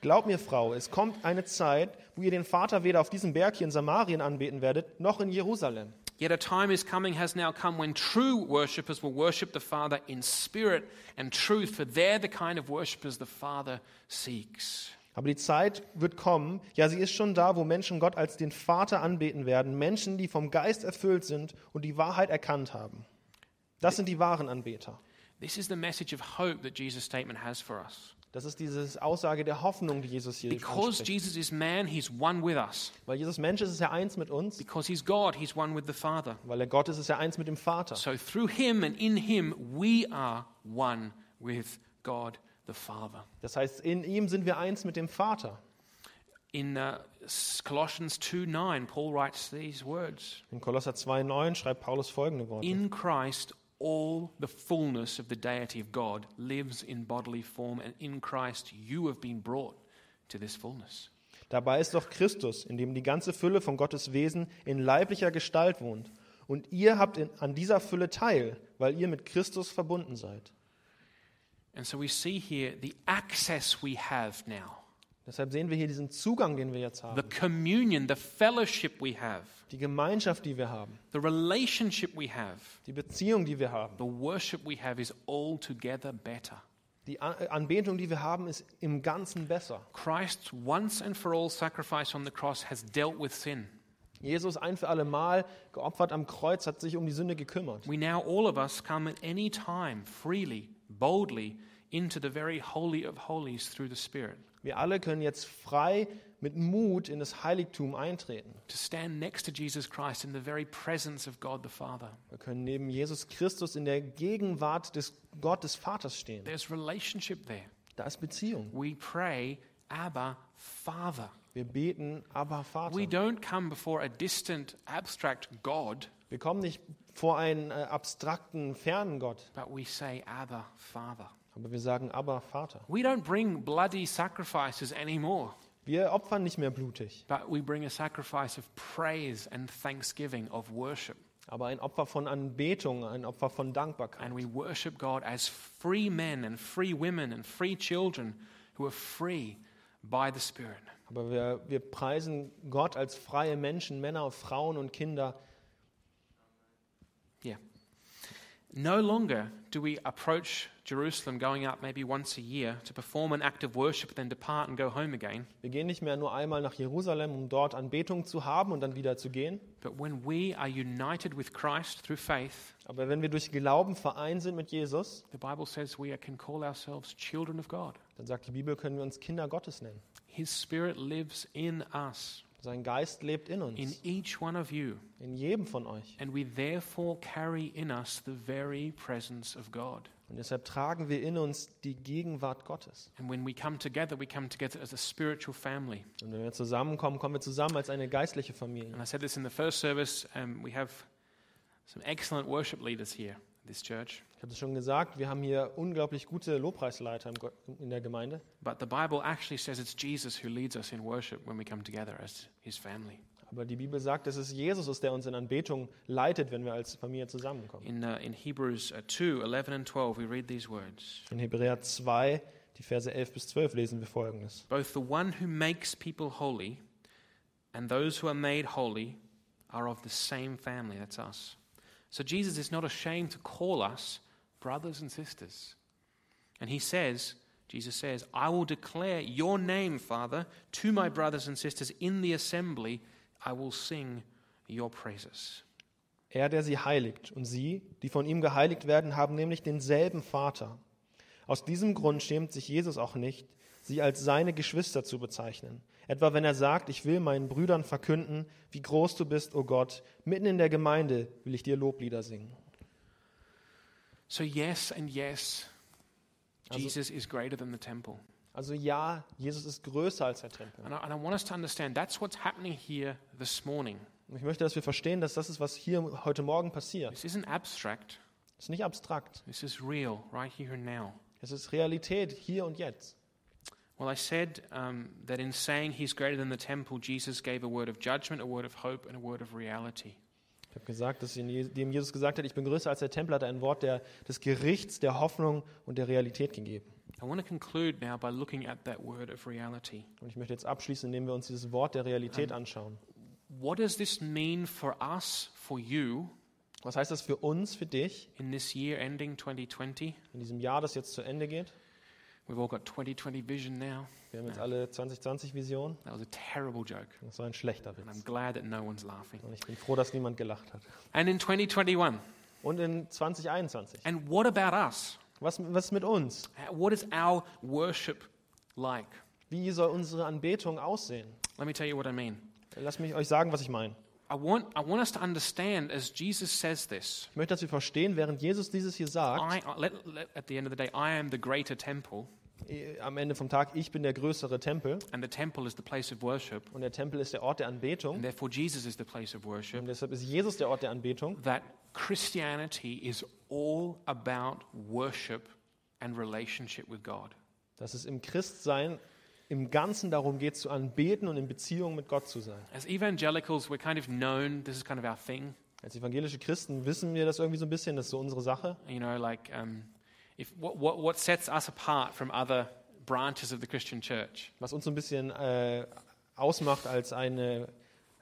Glaub mir, Frau, es kommt eine Zeit, wo ihr den Vater weder auf diesem Berg hier in Samarien anbeten werdet, noch in Jerusalem.
Yet a time is coming, has now come, when true worshippers will worship the Father in spirit and truth, for they're the kind of worshippers the Father seeks.
Aber die Zeit wird kommen, ja, sie ist schon da, wo Menschen Gott als den Vater anbeten werden, Menschen, die vom Geist erfüllt sind und die Wahrheit erkannt haben. Das sind die wahren Anbeter.
This is the message of hope that Jesus' statement has for us.
Das ist diese Aussage der Hoffnung, die Jesus hier
Because
anspricht.
Jesus is man, he's one with us.
Weil Jesus Mensch ist, ist er eins mit uns.
Because he's God, he's one with the Father.
Weil er Gott ist, ist er eins mit dem Vater.
So through him and in him, we are one with God the Father.
Das heißt, in ihm sind wir eins mit dem Vater.
In uh, Colossians 2 9, Paul writes these words.
In Kolosser 2,9 schreibt Paulus folgende Worte.
In Christ, all the fullness of the deity of God lives in bodily form, and in Christ, you have been brought to this fullness.
Dabei ist doch Christus, in dem die ganze Fülle von Gottes Wesen in leiblicher Gestalt wohnt. Und ihr habt in, an dieser Fülle teil, weil ihr mit Christus verbunden seid.
And so we see here the access we have now,
Deshalb sehen wir hier diesen Zugang, den wir jetzt
the
haben,
communion, the fellowship we have,
die Gemeinschaft, die wir haben,
the relationship we have,
die Beziehung, die wir haben,
the worship we have is altogether better.
die A- äh, Anbetung, die wir haben, ist im Ganzen besser.
Christ's once and for all sacrifice on the cross has dealt with sin.
Jesus ein für alle Mal geopfert am Kreuz hat sich um die Sünde gekümmert.
We now, all of us, come at any time freely, boldly into the very holy of holies through the Spirit
Wir alle können jetzt frei mit Mut in das Heiligtum eintreten.
to stand next to Jesus Christ in the very presence of God the Father.
Wir können neben Jesus Christus in der Gegenwart des Gott des Vaters stehen.
There's relationship there.
Da ist Beziehung.
We pray, Abba, Father.
Wir beten, aber Vater.
We don't come before a distant, abstract God,
Wir kommen nicht vor einen äh, abstrakten, fernen Gott,
but we say, Abba, Father.
aber wir sagen aber Vater.
We don't bring bloody sacrifices anymore,
Wir opfern nicht mehr blutig,
but we bring a sacrifice of praise and thanksgiving, of worship.
aber ein Opfer von Anbetung, ein Opfer von Dankbarkeit.
And we worship God as free men and free women and free children who are free by the Spirit.
Aber wir, wir preisen Gott als freie Menschen, Männer, Frauen und Kinder.
Yeah. No longer do we approach Jerusalem going up maybe once a year to perform an act of worship, then depart and go home again.
Wir gehen nicht mehr nur einmal nach Jerusalem, um dort Anbetung zu haben und dann wieder zu gehen.
But when we are united with Christ through faith,
Aber wenn wir durch Glauben vereint sind mit Jesus,
the Bible says we are- can call ourselves children of God.
dann sagt die Bibel, können wir uns Kinder Gottes nennen.
His Spirit lives in us,
Sein Geist lebt in
in
uns,
each one of you,
in jedem von euch.
and we therefore carry in us the very presence of God.
Und deshalb tragen wir in uns die Gegenwart Gottes.
And when we come together, we come together as a spiritual family.
Und wenn wir zusammenkommen, kommen wir zusammen als eine geistliche Familie.
And I said this in the first service, um, we have some excellent worship leaders here at this church.
Ich habe es schon gesagt, wir haben hier unglaublich gute Lobpreisleiter im Go- in der Gemeinde.
But the Bible actually says it's Jesus who leads us in worship when we come together as his family.
Aber die Bibel sagt, dass es Jesus ist, der uns in Anbetung leitet, wenn wir als Familie zusammenkommen.
In, uh, in Hebrews uh, 2 11 and 12, we read these words
In Hebräer 2, die Verse 11 bis 12 lesen wir folgendes.
Both the one who makes people holy and those who are made holy are of the same family. That's us. So Jesus is not ashamed to call us brothers and sisters. And he says, Jesus says, I will declare your name, Father, to my brothers and sisters in the assembly. I will sing your praises.
Er, der sie heiligt, und sie, die von ihm geheiligt werden, haben nämlich denselben Vater. Aus diesem Grund schämt sich Jesus auch nicht, sie als seine Geschwister zu bezeichnen. Etwa wenn er sagt, ich will meinen Brüdern verkünden, wie groß du bist, o Gott, mitten in der Gemeinde will ich dir Loblieder singen.
So, yes and yes,
Also-
Jesus is greater than the temple.
Also ja, Jesus ist größer als der Tempel.
And I, and I want us to understand that's what's happening here this morning.
Und ich möchte, dass wir verstehen, dass das ist, was hier heute Morgen passiert.
This isn't abstract.
Es ist nicht abstrakt.
This is real, right here and now.
Es ist Realität, hier und jetzt.
Well, I said um, that in saying he's greater than the temple, Jesus gave a word of judgment, a word of hope, and a word of reality.
Ich habe gesagt, dass in Je- dem Jesus gesagt hat, ich bin größer als der Tempel, hat er ein Wort der, des Gerichts, der Hoffnung und der Realität gegeben.
I want to conclude now by looking at that word of reality.
Und ich möchte jetzt abschließen, indem wir uns dieses Wort der Realität anschauen.
What does this mean for us, for you,
Was heißt das für uns, für dich,
in this year ending 2020?
in diesem Jahr, das jetzt zu Ende geht?
We've all got 2020 vision now.
Wir haben jetzt alle 2020-Vision.
That was a terrible joke,
Das war ein schlechter
and I'm
Witz.
glad that no one's laughing.
Und ich bin froh, dass niemand gelacht hat.
And in 2021.
Und in 2021.
And what about us?
Was, was mit uns?
What is our worship like?
Wie soll unsere Anbetung aussehen?
Let me tell you what I mean.
Lasst mich euch sagen, was ich meine.
I want, I want us to understand as Jesus says this.
Ich möchte, dass wir verstehen, während Jesus dieses hier sagt,
I, I- let, let- at the end of the day, I am the greater temple,
eh, am Ende vom Tag, ich bin der größere Tempel
and the temple is the place of worship,
und der Tempel ist der Ort der Anbetung.
and therefore Jesus is the place of
Und
worship.
deshalb ist Jesus der Ort der Anbetung.
That Christianity is all about worship and relationship with God.
Dass es im Christsein Im Ganzen darum geht es zu anbeten und in Beziehung mit Gott zu sein.
As evangelicals, we're kind of known, this is kind of our thing.
Als evangelische Christen wissen wir das irgendwie so ein bisschen, das ist so unsere Sache.
You know, like um, if, what, what, what sets us apart from other branches of the Christian church?
Was uns so ein bisschen äh, ausmacht als eine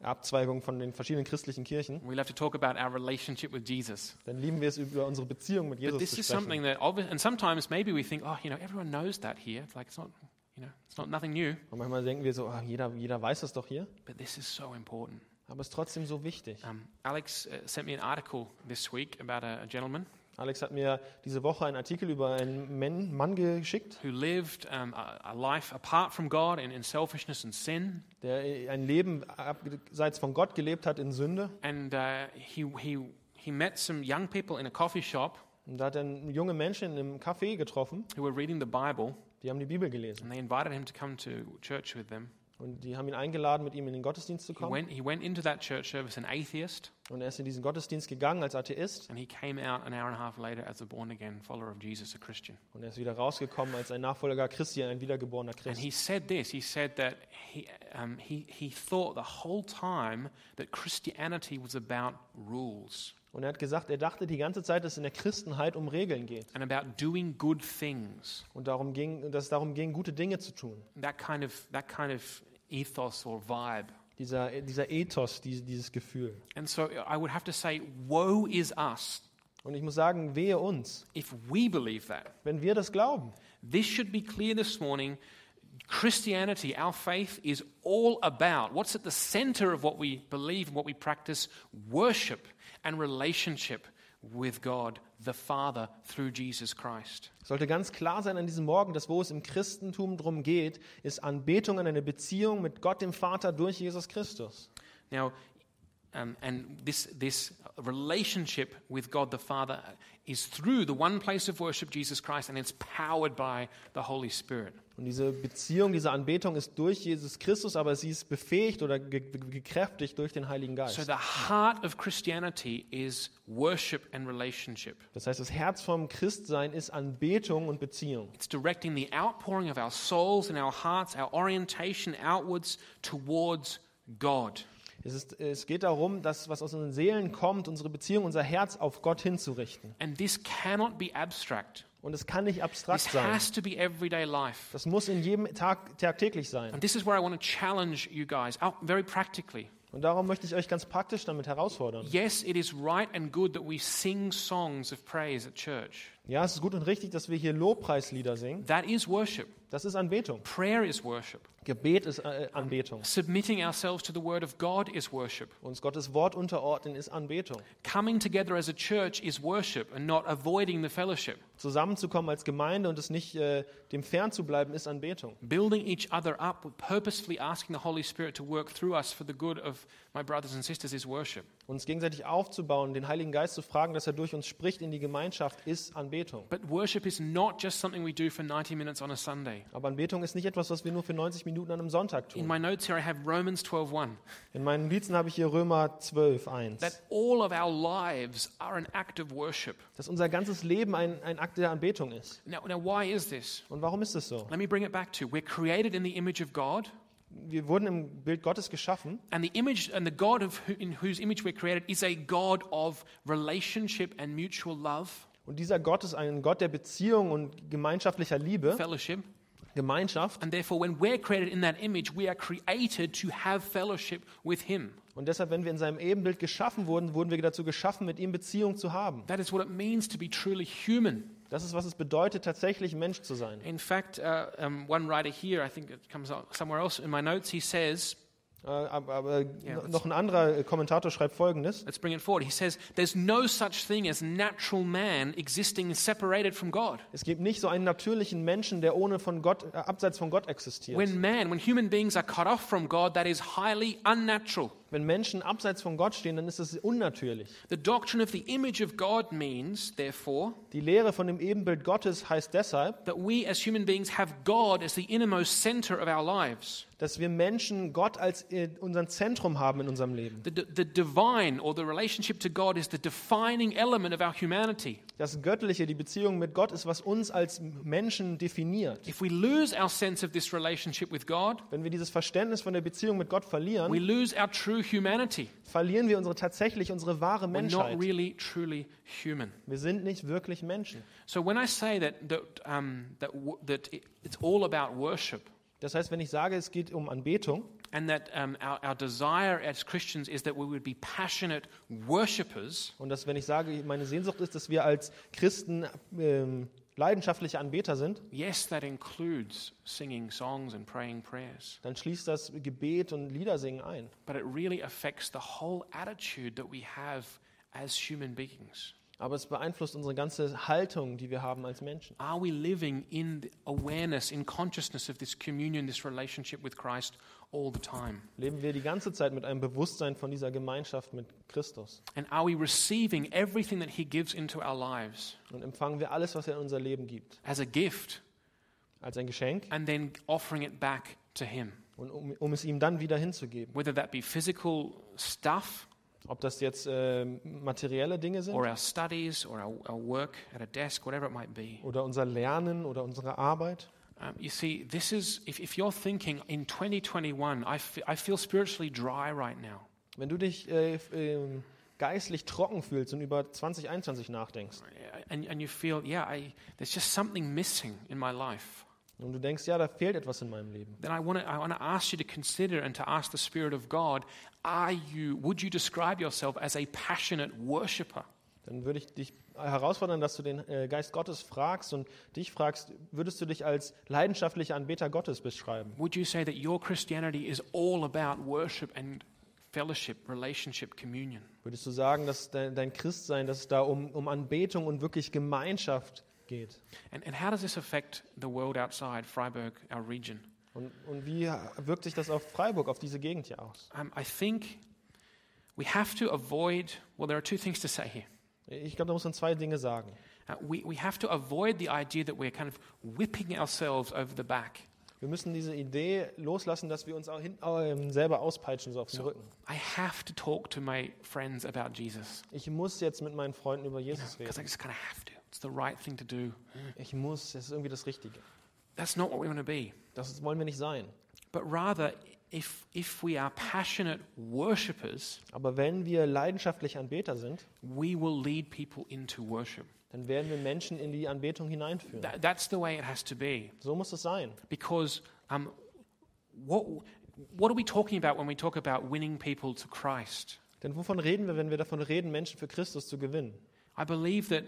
Abzweigung von den verschiedenen christlichen Kirchen,
We love to talk about our relationship with Jesus.
dann lieben wir es über unsere Beziehung mit
But
Jesus
this
zu
is
sprechen.
something that, obvi- and sometimes maybe we think, oh, you know, everyone knows that here. It's like it's not, you know, it's not nothing new.
Und manchmal denken wir so, ah, jeder, jeder weiß das doch hier,
But this is so important.
aber es ist trotzdem so wichtig.
Um, Alex uh, sent me an article this week about a, a gentleman
Alex hat mir diese Woche einen Artikel über einen Men- Mann geschickt,
who lived um, a, a life apart from God in, in selfishness and sin,
der ein Leben abseits von Gott gelebt hat in Sünde.
and uh, he he he met some young people in a coffee shop
Und da hat er junge Menschen im Café getroffen,
who were reading the Bible,
die haben die Bibel gelesen.
and they invited him to come to church with them.
Und die haben ihn eingeladen, mit ihm in den Gottesdienst zu
He
kommen.
went he went into that church service an atheist,
Und er ist in diesen Gottesdienst gegangen als Atheist
and he came out an hour and a half later as a born again follower of Jesus, a Christian.
und er ist wieder rausgekommen als ein Nachfolger Christi, ein wiedergeborener
And
Christ.
he said this. He said that he, um, he, he thought the whole time that Christianity was about rules
Und er hat gesagt, er dachte die ganze Zeit, dass es in der Christenheit um Regeln geht
and about doing good things.
und darum ging, dass es darum ging, gute Dinge zu tun.
That kind of, that kind of ethos or vibe.
Dieser, dieser Ethos, diese, dieses Gefühl.
And so I would have to say, woe is us
Und ich muss sagen, wehe uns,
if we believe that.
wenn wir das glauben.
This should be clear this morning. Christianity, our faith, is all about what's at the center of what we believe and what we practice worship and relationship with God the Father through Jesus Christ.
Es sollte ganz klar sein an diesem Morgen, dass wo es im Christentum drum geht, ist Anbetung an eine Beziehung mit Gott dem Vater durch Jesus Christus.
Now, um, and this, this relationship with God the Father is through the one place of worship, Jesus Christ, and it's powered by the Holy Spirit.
Und diese Beziehung, diese Anbetung ist durch Jesus Christus, aber sie ist befähigt oder ge ge- gekräftigt durch den Heiligen
So,
Geist.
the heart of Christianity is worship and relationship.
Das heißt, das Herz vom Christsein ist Anbetung und Beziehung.
It's directing the outpouring of our souls and our hearts, our orientation outwards towards God.
Es, ist, es geht darum, das, was aus unseren Seelen kommt, unsere Beziehung, unser Herz auf Gott hinzurichten.
And this cannot be abstract.
Und es kann nicht abstrakt
This
sein.
has to be everyday life.
Das muss in jedem Tag tagtäglich sein.
And this is where I want to challenge you guys out very practically.
Und darum möchte ich euch ganz praktisch damit herausfordern.
Yes, it is right and good that we sing songs of praise at church.
Ja, es ist gut und richtig, dass wir hier Lobpreislieder singen.
That is worship.
Das ist Anbetung.
Prayer is worship.
Gebet ist äh, Anbetung.
Submitting ourselves to the word of God is worship.
Uns Gottes Wort unterordnen ist Anbetung.
Coming together as a church is worship and not avoiding the fellowship.
Zusammenzukommen als Gemeinde und es nicht äh, dem fern zu bleiben, ist Anbetung.
building each other up, with purposefully asking the Holy Spirit to work through us for the good of my brothers and sisters is worship.
Uns gegenseitig aufzubauen, den Heiligen Geist zu fragen, dass er durch uns spricht in die Gemeinschaft, ist Anbetung.
But worship is not just something we do for 90 minutes on a Sunday.
Aber Anbetung ist nicht etwas, was wir nur für 90 Minuten an einem Sonntag
In
tun.
my notes here, I have Romans 12:1
In meinen Notizen habe ich hier Römer 12, 1.
that all of our lives are an act of worship.
Dass unser ganzes Leben ein, ein Akt der Anbetung ist.
Now, now why is this?
Und warum ist es so?
Let me bring it back to we're created in the image of God,
Wir wurden im Bild Gottes geschaffen
and the image and the God of who, in whose image we're created is a God of relationship and mutual love,
und dieser Gott ist ein Gott der Beziehung und gemeinschaftlicher Liebe,
fellowship.
Gemeinschaft.
And therefore, when we're created in that image, we are created to have fellowship with Him.
Und deshalb, wenn wir in seinem Ebenbild geschaffen wurden, wurden wir dazu geschaffen, mit ihm Beziehung zu haben.
That is what it means to be truly human.
Das ist, was es bedeutet, tatsächlich Mensch zu sein.
In fact, uh, um, one writer here, I think it comes out somewhere else in my notes, he says,
Äh, aber aber
Ja,
no- noch ein anderer äh, Kommentator schreibt Folgendes.
let's bring it forward. He says, there's no such thing as natural man existing separated from God.
Es gibt nicht so einen natürlichen Menschen, der ohne von Gott, äh, abseits von Gott existiert.
When man, when human beings are cut off from God, that is highly unnatural.
Wenn Menschen abseits von Gott stehen, dann ist es unnatürlich.
The doctrine of the image of God means, therefore,
Die Lehre von dem Ebenbild Gottes heißt deshalb,
that we as human beings have God as the innermost center of our lives.
dass wir Menschen Gott als äh, unseren Zentrum haben in unserem Leben.
The, the divine or the relationship to God is the defining element of our humanity.
Das Göttliche, die Beziehung mit Gott ist, was uns als Menschen definiert.
If we lose our sense of this relationship with God,
Wenn wir dieses Verständnis von der Beziehung mit Gott verlieren,
we lose our true humanity.
verlieren wir unsere tatsächlich unsere wahre
We're not
Menschheit.
really, truly human.
Wir sind nicht wirklich Menschen.
So when I say that, that, um, that, w- that it- it's all about worship,
Das heißt, wenn ich sage, es geht um Anbetung
and that um, our, our desire as Christians is that we would be passionate worshippers,
und dass, wenn ich sage, meine Sehnsucht ist, dass wir als Christen ähm, leidenschaftliche Anbeter sind,
yes, that includes singing songs and praying prayers,
dann schließt das Gebet und Liedersingen ein.
but it really affects the whole attitude that we have as human beings.
Aber es beeinflusst unsere ganze Haltung, die wir haben als Menschen.
Are we living in the awareness, in consciousness of this communion, this relationship with Christ all the time?
Leben wir die ganze Zeit mit einem Bewusstsein von dieser Gemeinschaft mit Christus
And are we receiving everything that He gives into our lives
und empfangen wir alles, was er in unser Leben gibt,
as a gift
als ein Geschenk
and then offering it back to Him?
und um, um es ihm dann wieder hinzugeben.
Whether that be physical stuff
Ob das jetzt äh, materielle Dinge sind
or our studies or our, our work at a desk, whatever it might be.
oder unser Lernen oder unsere Arbeit.
Um, you see, this is, if, if you're thinking in 2021, I fe- I feel spiritually dry right now,
Wenn du dich äh, f- ähm, geistlich trocken fühlst und über 2021 nachdenkst
and, and you feel, yeah, I, there's just something missing in my life.
und du denkst, ja, da fehlt etwas in meinem Leben,
then I want to I want to ask you to consider and to ask the Spirit of God, are you would you describe yourself as a passionate worshipper?
dann würde ich dich herausfordern, dass du den äh, Geist Gottes fragst und dich fragst, würdest du dich als leidenschaftlicher Anbeter Gottes beschreiben?
Would you say that your Christianity is all about worship and fellowship, relationship, communion?
Würdest du sagen, dass dein, dein Christsein, dass es da um, um Anbetung und wirklich Gemeinschaft geht?
And and how does this affect the world outside Freiburg, our region?
Und, und wie wirkt sich das auf Freiburg, auf diese Gegend hier aus?
Um, I think we have to avoid. Well, there are two things to say here.
Ich glaube, da muss man zwei Dinge sagen.
Uh, we, we have to avoid the idea that we're kind of whipping ourselves over the back.
Wir müssen diese Idee loslassen, dass wir uns auch hin, ähm, selber auspeitschen, so auf den Rücken.
I have to talk to my friends about Jesus.
Ich muss jetzt mit meinen Freunden über Jesus
Because I
reden.
just kind of have to. It's the right thing to do.
Ich muss, das ist irgendwie das Richtige.
That's not what we want to be.
Das wollen wir nicht sein.
But rather, if, if we are passionate worshippers,
Aber wenn wir leidenschaftlich Anbeter sind,
we will lead people into worship.
dann werden wir Menschen in die Anbetung hineinführen.
That, that's the way it has to be.
So muss es sein.
Because um, what, what are we talking about when we talk about winning people to Christ?
Denn wovon reden wir, wenn wir davon reden, Menschen für Christus zu gewinnen?
I believe that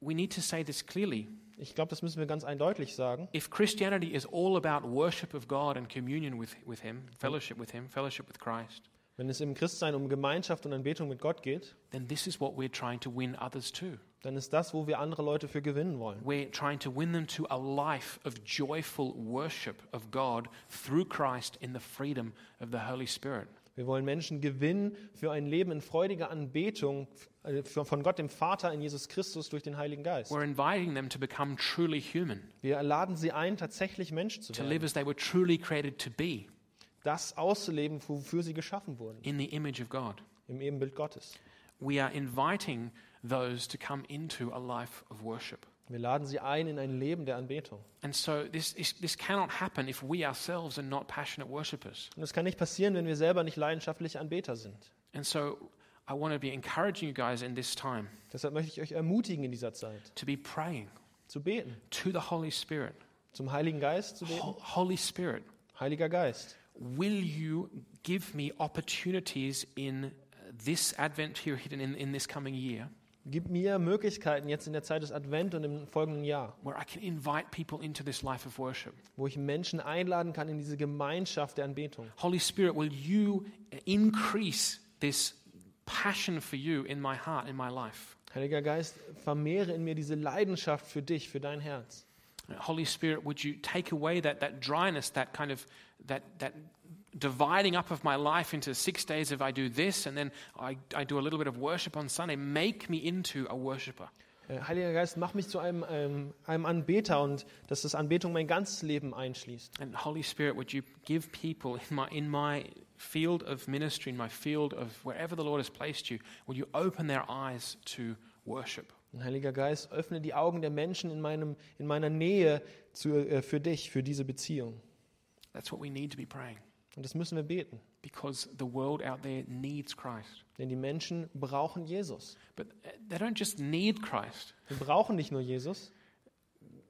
we need to say this clearly.
Ich glaube, das müssen wir ganz eindeutig sagen.
If Christianity is all about worship of God and communion with, with Him, fellowship with Him, fellowship with Christ,
Wenn es im Christsein um Gemeinschaft und Anbetung mit Gott geht,
then this is what we're trying to win others to.
dann ist das, wo wir andere Leute für gewinnen wollen.
We're trying to win them to a life of joyful worship of God through Christ in the freedom of the Holy Spirit.
Wir wollen Menschen gewinnen für ein Leben in freudiger Anbetung äh, für- von Gott dem Vater in Jesus Christus durch den Heiligen Geist.
We're inviting them to become truly human,
Wir laden sie ein, tatsächlich Mensch zu
to
werden,
live as they were truly created to be
das auszuleben, wofür sie geschaffen wurden,
in the image of God.
im Ebenbild Gottes.
We are inviting those to come into a life of worship.
Wir laden sie ein in ein Leben der Anbetung.
And so this, is, this cannot happen if we ourselves are not passionate worshippers.
Und das kann nicht passieren, wenn wir selber nicht leidenschaftliche Anbeter sind.
And so I want to be encouraging you guys in this time
Deshalb möchte ich euch ermutigen, in dieser Zeit
to be praying
zu beten,
to the Holy Spirit.
zum Heiligen Geist zu beten.
Ho- Holy Spirit,
Heiliger Geist.
will you give me opportunities in this Advent period and in, in this coming year
Gib mir Möglichkeiten jetzt in der Zeit des Advent und im folgenden Jahr,
where I can invite people into this life of worship?
wo ich Menschen einladen kann in diese Gemeinschaft der Anbetung.
Holy Spirit, will you increase this passion for you in my heart, in my life?
Heiliger Geist, vermehre in mir diese Leidenschaft für dich, für dein Herz.
Holy Spirit, would you take away that, that dryness, that kind of that, that dividing up of my life into six days if I do this, and then I, I do a little bit of worship on Sunday. Make me into a worshiper.
Äh, Heiliger Geist, mach mich zu einem, ähm, einem Anbeter und dass das Anbetung mein ganzes Leben einschließt.
And Holy Spirit, would you give people in my, in my field of ministry, in my field of wherever the Lord has placed you, would you open their eyes to worship?
Und Heiliger Geist, öffne die Augen der Menschen in, meinem, in meiner Nähe zu, äh, für dich, für diese Beziehung.
That's what we need to be praying
Und das müssen wir beten,
because the world out there needs Christ.
denn die Menschen brauchen Jesus.
But they don't just need Christ,
Wir brauchen nicht nur Jesus,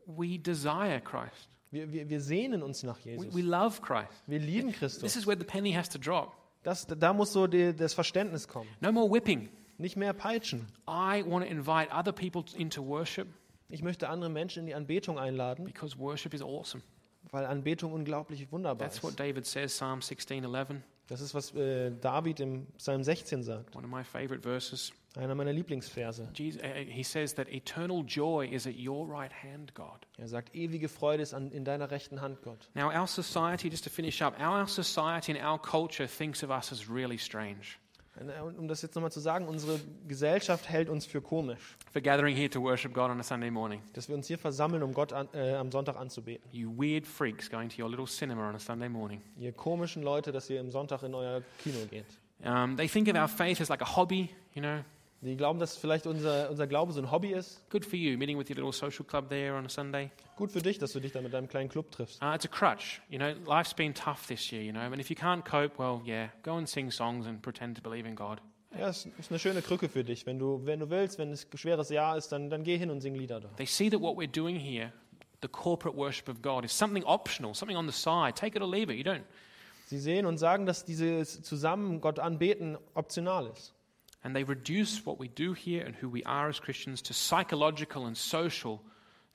we desire Christ,
wir, wir, wir sehnen uns nach
we,
Jesus.
we love Christ.
Wir lieben
This
Christus.
is where the penny has to drop.
Das, da muss so die, das Verständnis kommen.
No more whipping.
Nicht mehr peitschen.
I want to invite other people into worship
Ich möchte andere Menschen in die Anbetung einladen,
because worship is awesome.
weil Anbetung unglaublich wunderbar
That's what
ist.
David says, Psalm 16:11,
Das ist, was äh, David im Psalm 16 sagt.
one of my favorite verses.
Einer meiner Lieblingsverse.
Jesus, uh, he says that eternal joy is at your right hand, God.
Er sagt, ewige Freude ist an, in deiner rechten Hand, Gott.
Now, our society, just to finish up, our society and our culture thinks of us as really strange
Und Um das jetzt nochmal zu sagen, unsere Gesellschaft hält uns für komisch,
for gathering here to worship God on a Sunday morning.
dass wir uns hier versammeln, um Gott an, äh, am Sonntag anzubeten.
You weird freaks going to your little cinema on a Sunday morning.
Ihr komischen Leute, dass ihr am Sonntag in euer Kino geht.
Um, they think of our faith as like a hobby, you know.
Die glauben, dass vielleicht unser, unser Glaube so ein Hobby ist.
Good for you, meeting with your little social club there on a Sunday.
Gut für dich, dass du dich da mit deinem kleinen Club triffst.
Uh, it's a crutch. You know, life's been tough this year, you know. And if you can't cope, well, yeah, go and sing songs and pretend to believe in God.
Ja, es ist eine schöne Krücke für dich. Wenn du, wenn du willst, wenn es ein schweres Jahr ist, dann, dann geh hin und sing Lieder da.
They see that what we're doing here, the corporate worship of God, is something optional, something on the side. Take it or leave it. You don't.
Sie sehen und sagen, dass dieses zusammen Gott anbeten optional ist.
And they reduce what we do here and who we are as Christians to psychological and social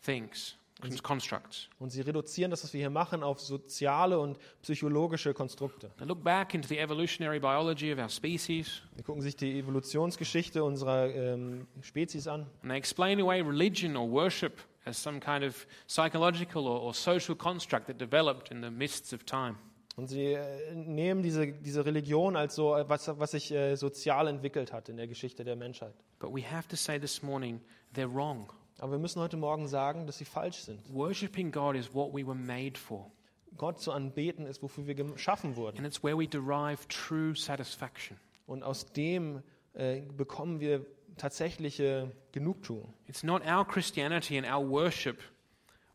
things, con- constructs.
Und sie reduzieren das, was wir hier machen, auf soziale und psychologische Konstrukte.
They look back into the evolutionary biology of our species
Sie gucken sich die Evolutionsgeschichte unserer ähm, Spezies an
and they explain away religion or worship as some kind of psychological or, or social construct that developed in the mists of time.
und sie äh, nehmen diese, diese Religion als so, äh, was, was sich äh, sozial entwickelt hat in der Geschichte der Menschheit.
But we have to say this morning, they're wrong.
Aber wir müssen heute Morgen sagen, dass sie falsch sind.
Worshipping God is what we were made for.
Gott zu anbeten ist, wofür wir geschaffen wurden.
And it's where we derive true satisfaction.
Und aus dem äh, bekommen wir tatsächliche Genugtuung.
It's not our Christianity and our worship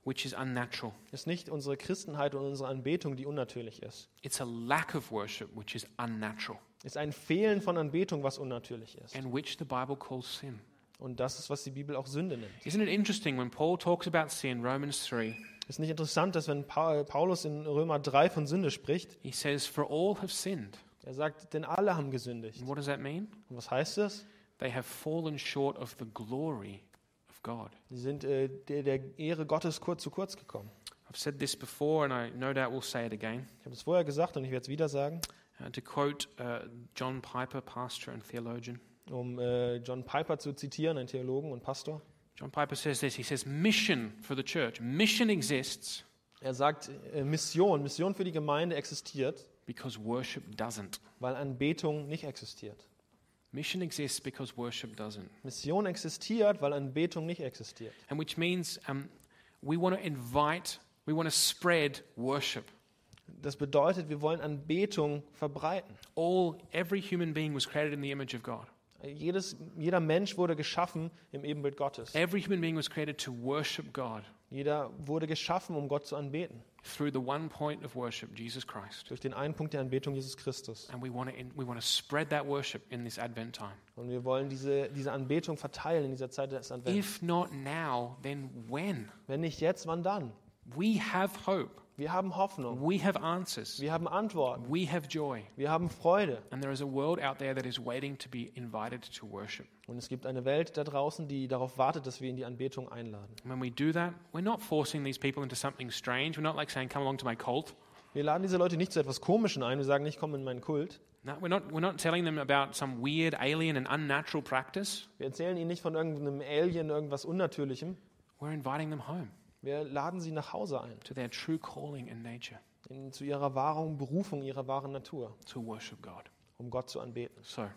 which is unnatural,
Es ist nicht unsere Christenheit und unsere Anbetung, die unnatürlich ist.
it's a lack of worship which is unnatural
Es ist ein Fehlen von Anbetung, was unnatürlich ist.
and which the Bible calls sin.
Und das ist, was die Bibel auch Sünde nennt.
Isn't it interesting when Paul talks about sin, Romans 3,
Es ist nicht interessant, dass wenn Pa- Paulus in Römer 3 von Sünde spricht,
he says, For all have sinned.
er sagt, denn alle haben gesündigt.
And what does that mean?
Und was heißt das?
They have fallen short of the glory of God.
Sie sind äh, der, der Ehre Gottes kurz zu kurz gekommen.
I've said this before and I no doubt will say it again.
Ich habe es vorher gesagt und ich werde es wieder sagen,
Uh, to quote uh, John Piper, pastor and theologian,
um äh, John Piper zu zitieren, einen Theologen und Pastor.
John Piper says this. He says, Mission for the church. Mission exists
Er sagt, äh, Mission, Mission für die Gemeinde existiert,
because worship doesn't.
weil Anbetung nicht existiert.
Mission exists because worship doesn't.
Mission existiert, weil Anbetung nicht existiert.
And which means um, we want to invite, we want to spread worship.
Das bedeutet, wir wollen Anbetung verbreiten.
All, every human being was created in the image of God.
Jedes, jeder Mensch wurde geschaffen im Ebenbild Gottes.
Every human being was created to worship God
Jeder wurde geschaffen, um Gott zu anbeten.
through the one point of worship, Jesus Christ.
Durch den einen Punkt der Anbetung Jesus Christus.
And we want to, we want to spread that worship in this Advent time.
Und wir wollen diese, diese Anbetung verteilen in dieser Zeit des Advents.
If not now, then when?
Wenn nicht jetzt, wann dann?
We have hope.
Wir haben Hoffnung.
We have answers.
Wir haben Antworten.
We have joy.
Wir haben Freude.
And there is a world out there that is waiting to be invited to worship.
Und es gibt eine Welt da draußen, die darauf wartet, dass wir in die Anbetung einladen.
And when we do that, we're not forcing these people into something strange. We're not like saying, come along to my cult.
Wir laden diese Leute nicht zu etwas Komischem ein. Wir sagen nicht, komm in meinen Kult.
No, we're not, we're not telling them about some weird, alien, and unnatural practice.
Wir erzählen ihnen nicht von irgendeinem Alien, irgendwas Unnatürlichem.
We're inviting them home
Wir laden sie nach Hause ein,
to their true calling and nature.
in, zu ihrer wahren Berufung, ihrer wahren Natur,
to worship God.
um Gott zu anbeten.
So,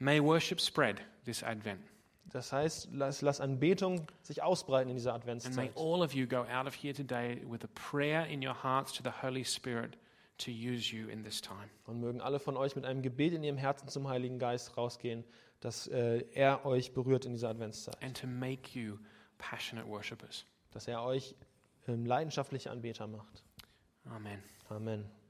may worship spread this Advent.
Das heißt, lass, lass Anbetung sich ausbreiten in dieser
And may
Adventszeit.
all of you go out of here today with a prayer in your hearts to the Holy Spirit to use you in this time.
Und mögen alle von euch mit einem Gebet in ihrem Herzen zum Heiligen Geist rausgehen, dass äh, er euch berührt in dieser Adventszeit.
and to make you passionate worshippers.
Dass er euch ähm, leidenschaftliche Anbeter macht.
Amen.
Amen.